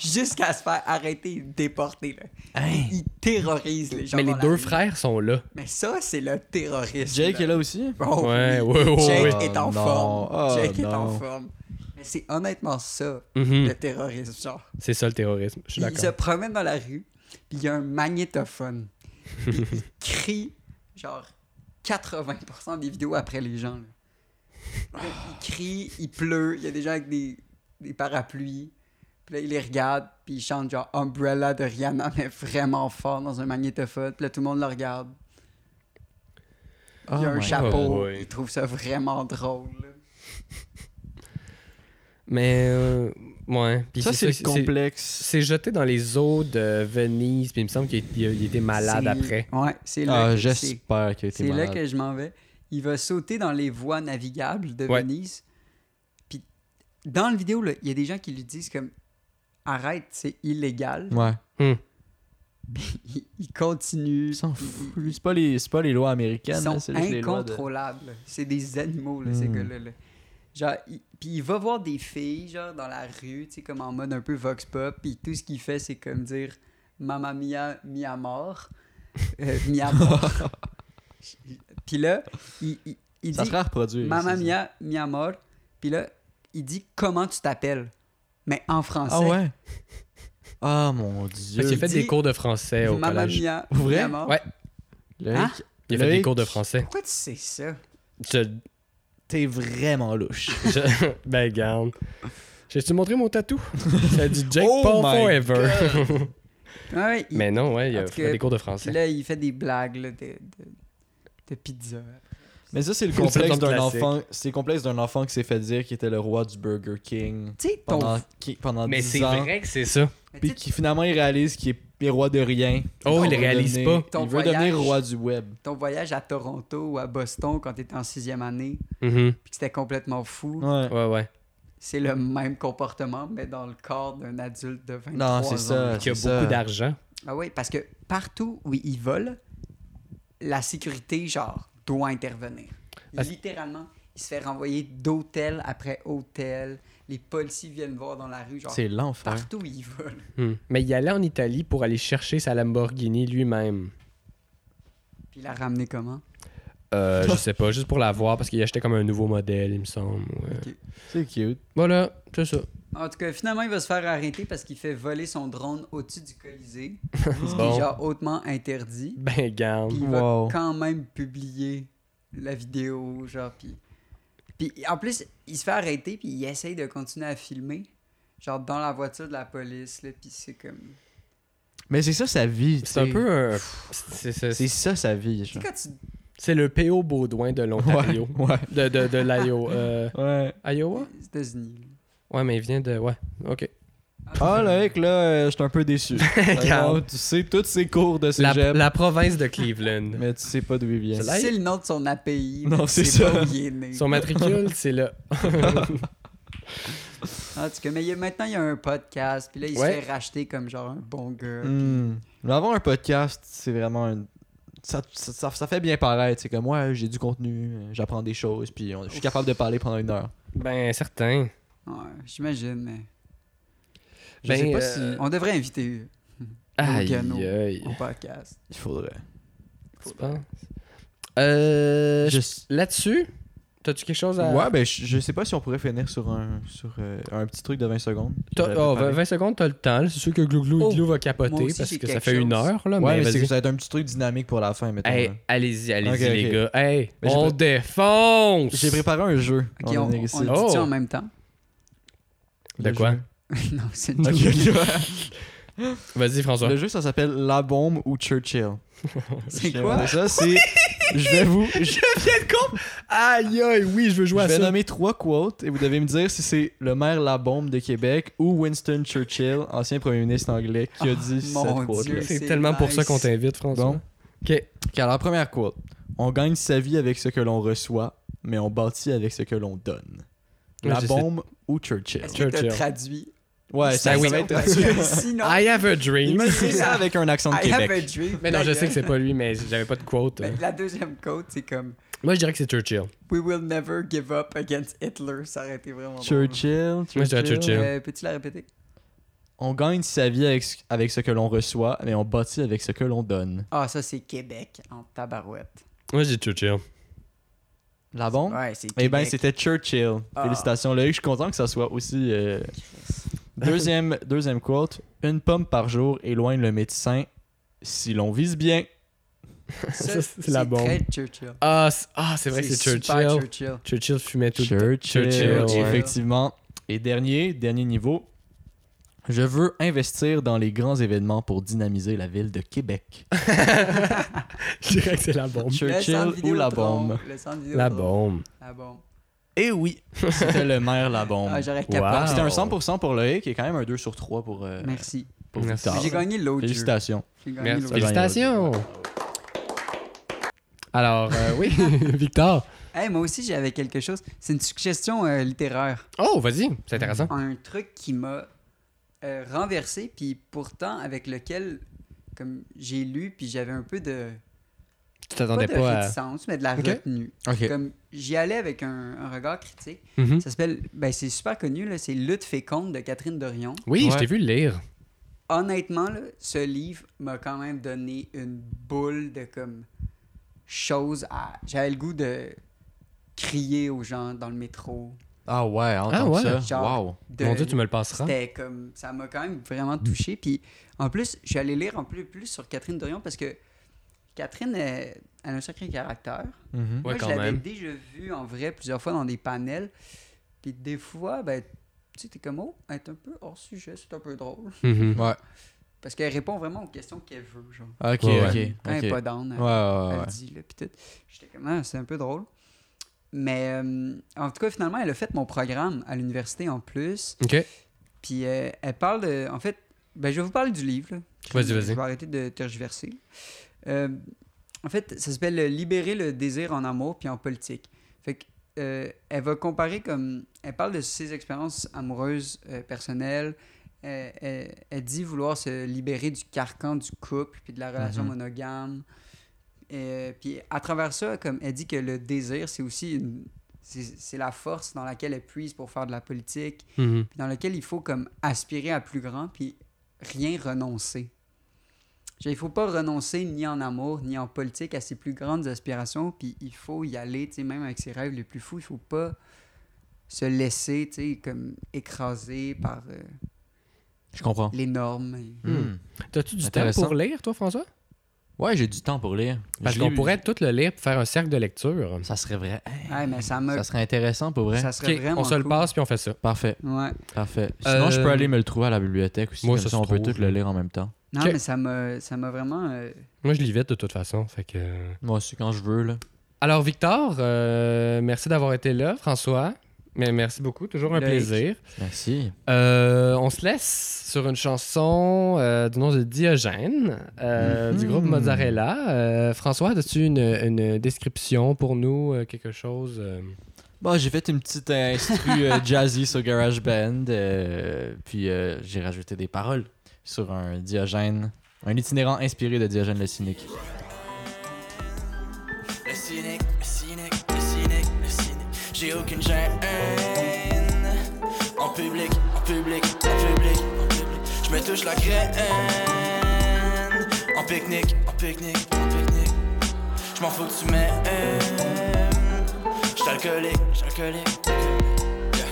D: jusqu'à se faire arrêter et déporter. Là. Il terrorise les gens.
B: Hein? Mais les
D: dans la
B: deux
D: rue.
B: frères sont là.
D: Mais ça, c'est le terroriste.
C: Jake
D: là.
C: est là aussi.
D: Oh,
B: Ouais,
D: oui.
B: ouais, ouais,
D: Jake
C: ouais.
D: est en
C: Oh, non.
D: forme.
C: Oh,
D: Jake est en
C: non.
D: forme. Mais c'est honnêtement ça,
B: Mhm.
D: le terrorisme. Genre.
B: C'est ça, le terrorisme. Je suis
D: Il se
B: d'accord.
D: promène dans la rue, puis il y a un magnétophone. Puis il crie, genre, 80% des vidéos après les gens. là. Là, il crie, il pleut, il y a des gens avec des, des parapluies. Puis là, il les regarde, puis il chante, genre, Umbrella de Rihanna, mais vraiment fort dans un magnétophone. Puis là, tout le monde le regarde. Il y a
C: Oh
D: un
C: my
D: chapeau.
B: God.
D: Il trouve ça vraiment drôle. là.
B: Mais, euh, ouais. Puis
C: Ça, c'est
B: c'est-
C: le complexe.
B: C'est jeté dans les eaux de Venise, puis il me semble qu'il il a- il était malade
D: C'est-
B: après.
D: Ouais, c'est là.
C: Ah,
D: que- c'est-
C: J'espère qu'il a été
D: C'est là
C: malade.
D: que je m'en vais. Il va sauter dans les voies navigables de
B: Ouais.
D: Venise. Puis dans le vidéo, là, il y a des gens qui lui disent comme arrête, c'est illégal.
C: Ouais.
D: Il, il continue.
C: Il s'en
D: Puis
C: fout.
D: il-
C: Lui, c'est pas les, c'est pas les lois
D: Ils
C: américaines. là,
D: sont
C: c'est juste les lois de-
D: incontrôlables. là. C'est des animaux, là, ces
C: Hmm.
D: gars-là. là. Genre, il- puis il va voir des filles genre dans la rue, tu sais, comme en mode un peu vox pop. Puis tout ce qu'il fait, c'est comme dire Mamma mia, mia mort. Euh, mia mort. puis là, il, il, il
C: Ça
D: dit
C: serait à reproduire.
D: Mamma
C: c'est ça.
D: mia, mia mort. Puis là, il dit comment tu t'appelles, mais en français.
C: Ah ouais. Ah mon
B: Fait qu'il a
C: dieu.
B: fait
D: Dis-
B: des cours de français au
D: Mamma
B: collège.
D: mia,
C: Pour vrai?
D: mia mort.
B: Ouais.
C: Loïc,
D: Hein?
B: Il a fait des
C: Loïc,
B: cours de français.
D: Pourquoi tu sais ça?
B: Je-
C: T'es vraiment louche.
B: je- ben, garde. J'ai-tu montré mon tatou? Ça dit Jake
C: Oh
B: Paul
C: my
B: Forever.
D: Ouais, Ah ouais, il-
B: Mais non, ouais, il
D: En
B: a
D: tout
B: fait
D: cas,
B: des cours de
D: puis
B: français.
D: là, il fait des blagues là, de, de, de pizza.
C: Mais ça, c'est le
B: Ça, c'est
C: complexe
B: un
C: d'un
B: classique.
C: enfant. C'est le complexe d'un enfant qui s'est fait dire qu'il était le roi du Burger King
D: Tu sais, ton.
C: pendant, qui- pendant
B: Mais
C: 10
B: c'est
C: ans.
B: vrai que c'est ça.
D: mais tu
C: Puis
D: sais,
C: qui finalement il réalise qu'il est roi de rien.
B: Oh, il
C: veut
B: réalise
C: devenir-
D: pas. Ton
C: Il veut
D: voyage.
C: devenir roi du web.
D: ton voyage à Toronto ou à Boston quand t'étais en sixième année, puis que c'était complètement fou,
C: Ouais.
B: Mhm. Ouais, ouais.
D: c'est le même comportement, mais dans le corps d'un adulte de 23 ans.
C: Non, c'est ça.
B: Qui a
C: c'est ça.
B: beaucoup d'argent.
D: Ah oui, parce que partout où ils volent, la sécurité, genre, doit intervenir.
B: Parce-
D: Littéralement, il se fait renvoyer d'hôtel après hôtel. Les policiers viennent voir dans la rue, genre,
C: C'est l'enfer.
D: partout où ils volent.
B: Hmm. Mais il allait en Italie pour aller chercher sa Lamborghini lui-même.
D: Puis il l'a ramené comment?
B: Euh, je sais pas, juste pour la voir parce qu'il achetait comme un nouveau modèle, il me semble. ouais.
C: C'est cute.
B: Voilà, c'est ça.
D: En tout cas, finalement, il va se faire arrêter parce qu'il fait voler son drone au-dessus du Colisée.
B: C'est
D: qui est
B: bon.
D: genre hautement interdit.
B: Ben, garde.
D: Puis il va
C: Wow.
D: quand même publier la vidéo, genre, puis... Puis en plus, il se fait arrêter, puis il essaye de continuer à filmer, genre dans la voiture de la police, là, puis c'est comme...
C: Mais c'est ça sa vie.
B: C'est un
C: t'sais.
B: peu un. c'est- c'est-
C: C'est ça sa vie.
D: Tu sais,
C: genre.
D: quand tu...
B: C'est le P.O. Baudouin de l'Ontario.
C: Ouais.
B: De, de, de l'Io- euh,
C: Ouais.
B: Iowa?
D: Les États-Unis, là.
B: Ouais, mais il vient de. Ouais, ok.
C: Ah, le mec, là, euh, je suis un peu déçu.
B: Regarde.
C: tu sais, tous ces cours de
B: La,
C: cégep,
B: la province de Cleveland.
C: mais tu sais pas d'où ils viennent.
B: Cela-
D: C'est le nom de son API.
C: Non,
D: mais tu
C: c'est
D: sais pas
C: ça.
D: où il est né.
B: Son matricule, c'est le.
D: En tout cas, mais il y a- maintenant, il y a un podcast, puis là, il
B: Ouais.
D: se fait racheter comme genre un bon gars.
C: Hmm. Mais avoir un podcast, c'est vraiment un- Ça, ça, ça- ça fait bien paraître. C'est comme moi, j'ai du contenu, euh, j'apprends des choses, puis on- je suis capable de parler pendant une heure.
B: Ben, certain.
D: Ouais, j'imagine, mais...
C: Je
B: Ben,
C: sais pas
B: euh,
C: si.
D: On devrait inviter
B: Aïe,
D: piano.
B: aïe.
D: au podcast.
C: Il faudrait.
B: Tu penses? Euh,
C: Je-
B: Là-dessus, t'as-tu quelque chose à.
C: Ouais, ben je, je sais pas si on pourrait finir sur un, sur, euh, un petit truc de 20 secondes. que
B: T'as-
C: j'avais
B: oh,
C: préparé.
B: 20 secondes, t'as le temps. là. C'est sûr que Glouglou
D: Oh,
B: Glou va
D: moi
B: capoter
D: aussi,
B: parce
D: j'ai
B: que ça
D: quelque
B: fait une
D: chose.
B: heure. Là,
C: Ouais,
B: mais
C: mais c'est
B: vas-y.
C: que ça va être un petit truc dynamique pour la fin, mettons.
B: Hey,
C: là.
B: allez-y, allez-y,
C: Ok,
B: les
C: ok.
B: gars. Hey,
C: Mais j'ai
B: on
C: pas-
B: défonce!
C: J'ai préparé un jeu.
D: Ok, on, on,
C: en
D: le
C: est
D: dit
C: ici.
B: Oh.
D: en même temps?
B: De
C: Le
B: quoi?
C: jeu.
D: non, c'est une
C: Ok,
D: joke.
C: ok.
B: Vas-y, François.
C: Le jeu, ça s'appelle La Bombe ou Churchill.
D: C'est
C: Je-
D: quoi?
C: Ça, c'est. Je vais vous. Je,
B: Aïe, aïe, oui, je veux
C: je vais nommer trois quotes et vous devez me dire si c'est le maire La Bombe de Québec ou Winston Churchill, ancien premier ministre anglais, qui a dit
D: Ah, mon
C: cette quote-là.
D: Dieu.
B: C'est
D: C'est
B: tellement pour ça
D: nice.
B: qu'on t'invite, François.
C: Bon.
B: Ok.
C: Ok, alors, première quote. On gagne sa vie avec ce que l'on reçoit, mais on bâtit avec ce que l'on donne.
B: Ouais,
C: La
B: je sais.
C: Bombe ou Churchill.
D: Est-ce que t'as
B: Churchill.
D: traduit? Ah,
C: Ouais, ça,
B: oui.
C: ça va être.
D: Parce que sinon, I,
B: I have a dream.
C: Imaginez ça avec un accent de
D: have a
C: Québec.
D: dream.
B: Mais non, je sais que c'est pas lui, mais j'avais pas de quote.
D: Mais la deuxième quote, c'est comme
B: Moi, je dirais que c'est Churchill.
D: We will never give up against Hitler. Ça aurait été vraiment drôle.
C: Churchill,
B: Moi, je dirais Churchill.
D: Euh, Peux-tu la répéter?
C: On gagne sa vie avec, ce- avec ce que l'on reçoit, mais on bâtit avec ce que l'on donne.
D: Ah, ça, c'est Québec en tabarouette.
B: Moi, je dis Churchill.
C: La bombe?
D: Ouais, c'est
B: ben,
D: Québec.
C: Eh bien, c'était Churchill.
D: Ah.
C: Félicitations, Loïc. Je suis content que ça soit aussi. euh, Deuxième, deuxième quote. Une pomme par jour éloigne le médecin si l'on vise bien.
D: Ça,
B: c'est la bombe.
D: très Churchill.
B: Ah, c- ah, c'est vrai que c'est
D: super
B: Churchill. Churchill fumait tout le temps.
C: Churchill,
B: Churchill, ouais.
C: effectivement. Et dernier, dernier niveau. Je veux investir dans les grands événements pour dynamiser la ville de Québec.
B: Je dirais que c'est la bombe.
D: Le centre
C: Churchill ou la
D: Vidéotron,
C: bombe?
D: Le centre Vidéotron.
B: La bombe.
D: La bombe.
C: Eh oui, c'était le maire la bombe.
D: Ah, j'aurais
B: Wow.
D: capoté.
C: C'était un 100% pour Loïc et quand même un 2 sur 3 pour, euh,
D: Merci.
C: pour
B: Merci.
C: Victor.
D: J'ai gagné l'autre jeu.
C: Félicitations.
D: J'ai gagné
B: Ah. Merci.
D: l'autre jeu.
B: Félicitations. Alors, euh, oui, Victor.
D: Hey, moi aussi, j'avais quelque chose. C'est une suggestion euh, littéraire.
B: Oh, vas-y, c'est intéressant.
D: Un truc qui m'a euh, renversé, puis pourtant avec lequel comme j'ai lu, puis j'avais un peu de.
B: Tu
D: Pas
B: t'attendais
D: de
B: pas à.
D: réticence, mais de la
B: Ok.
D: retenue. Comme j'y allais avec un, un regard critique.
B: Mhm.
D: Ça s'appelle. Ben, c'est super connu, là, c'est Lutte féconde de Catherine Dorion.
B: Oui, je
C: Ouais.
B: t'ai vu le lire.
D: Honnêtement, là, ce livre m'a quand même donné une boule de comme choses à. J'avais le goût de crier aux gens dans le métro.
C: Ah ouais, en
B: Ah
C: tant
B: ouais.
C: que ça.
D: Genre,
C: wow.
D: de-
B: Mon Dieu, tu me le passeras.
D: C'était comme. Ça m'a quand même vraiment touché. Puis en plus, je suis allé lire en plus, plus sur Catherine Dorion parce que Catherine, euh, elle a un sacré caractère.
C: Mhm.
B: Ouais,
D: Moi,
B: quand
D: je l'avais
B: même.
D: déjà vu en vrai plusieurs fois dans des panels. Puis des fois, ben, tu sais, t'es comme, oh, elle est un peu hors sujet, c'est un peu drôle.
B: Mhm.
C: Ouais.
D: Parce qu'elle répond vraiment aux questions qu'elle veut, genre.
C: Ok,
B: Ouais,
C: ok.
B: ouais.
C: ok.
D: Quand elle est pas down, elle,
C: Ouais, ouais,
D: elle
C: ouais.
D: dit, là, puis tout. J'étais comme, ah, c'est un peu drôle. Mais euh, en tout cas, finalement, elle a fait mon programme à l'université en plus.
B: OK.
D: Puis euh, elle parle de. En fait, ben, je vais vous parler du livre. là. Je-
B: Vas-y, vas-y.
D: Je vais arrêter de tergiverser. Euh, en fait, ça s'appelle euh, Libérer le désir en amour puis en politique. Fait que, euh, elle va comparer comme. Elle parle de ses expériences amoureuses euh, personnelles. Euh, elle, elle dit vouloir se libérer du carcan du couple puis de la relation
C: Mhm.
D: monogame. Euh, puis à travers ça, comme elle dit que le désir, c'est aussi une- c'est c'est la force dans laquelle elle puise pour faire de la politique
B: Mhm.
D: puis dans lequel il faut comme aspirer à plus grand puis rien renoncer. Genre, il faut pas renoncer ni en amour ni en politique à ses plus grandes aspirations puis il faut y aller, tu sais, même avec ses rêves les plus fous, il faut pas se laisser, tu sais, comme écraser par euh,
C: Je comprends.
D: les normes. et-
B: Hmm. T'as-tu du temps
C: Intéressant.
B: pour lire, toi, François?
C: Ouais, j'ai du temps pour lire.
B: Parce
C: Je
B: qu'on
C: lis-
B: pourrait tout le lire pour faire un cercle de lecture.
C: Ça serait vrai. Hey,
D: Ouais, mais ça me
C: Ça serait intéressant pour vrai.
D: ça serait
B: Ok,
D: vraiment
B: on se le
D: cool.
B: passe puis on fait ça.
C: Parfait,
D: Ouais.
C: parfait. Sinon, je peux
B: Euh,
C: aller me le trouver à la bibliothèque aussi.
B: moi,
C: comme
B: ça se
C: ça, on peut
B: trouve,
C: tout le lire en même temps.
D: Non,
B: Ok.
D: mais ça m'a ça m'a vraiment euh,
B: Moi, je lis vite de toute façon. Fait que...
C: Moi aussi, quand je veux. Là.
B: Alors, Victor, euh, merci d'avoir été là, François. Mais merci beaucoup, toujours un
D: Loïc.
B: plaisir.
C: Merci.
B: Euh, on se laisse sur une chanson euh, du nom de Diogène euh,
C: Mhm.
B: du groupe Mozzarella. Euh, François, as-tu une, une description pour nous, euh, quelque chose euh,
C: Bon, Bah, j'ai fait une petite euh, instru euh, jazzy sur GarageBand, euh, puis euh, j'ai rajouté des paroles sur un Diogène, un itinérant inspiré de Diogène le Cynique.
F: Le cynique, le cynique, le cynique, le cynique. J'ai aucune gêne. En public, en public, en public, en public. Je me touche la graine. En pique-nique, en pique-nique, en pique-nique. Je m'en fous que tu m'aimes. J'suis alcoolique, j'suis alcoolique. Yeah.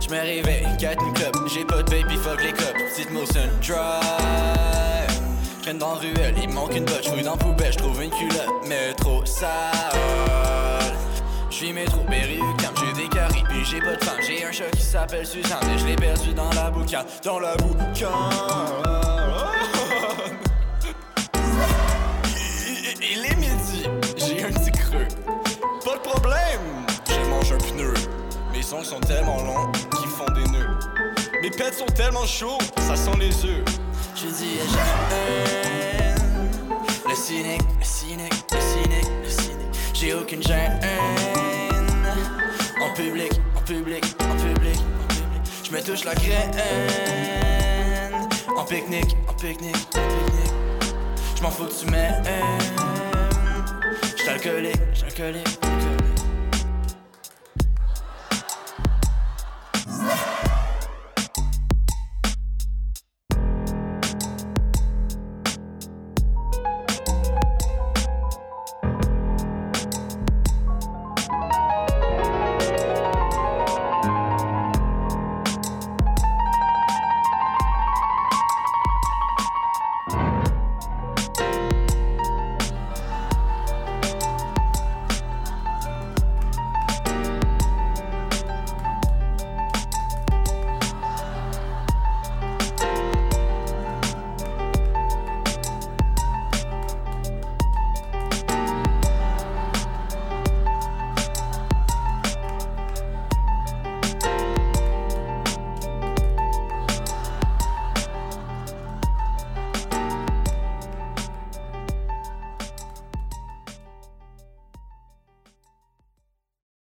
F: Je me réveille, 4000 club, j'ai pas de baby, fuck les cops, petite motion drive. Traîne dans la ruelle, il me manque une botte, j'fouille dans la poubelle, j'trouve une culotte, mais trop sale. J'vis métro, Berry-UQAM, j'ai des caries, puis j'ai pas de femme, j'ai un chat qui s'appelle Suzanne, et je l'ai perdu dans la boucane, dans la boucane. Il- il- Il est midi, j'ai un petit creux. Pas de problème, je mange un pneu. Mes ongles sont tellement longs qu'ils font des nœuds. Mes pets sont tellement chauds, ça sent les œufs. Je dis à Jeanne, le cynique, le cynique, le cynique, le cynique. J'ai aucune gêne. En public, en public, en public, en public. Je me touche la graine. En pique-nique, en pique-nique, en pique-nique. Je m'en fous que tu m'aimes. J'suis alcoolique, j'suis alcoolique, alcoolique.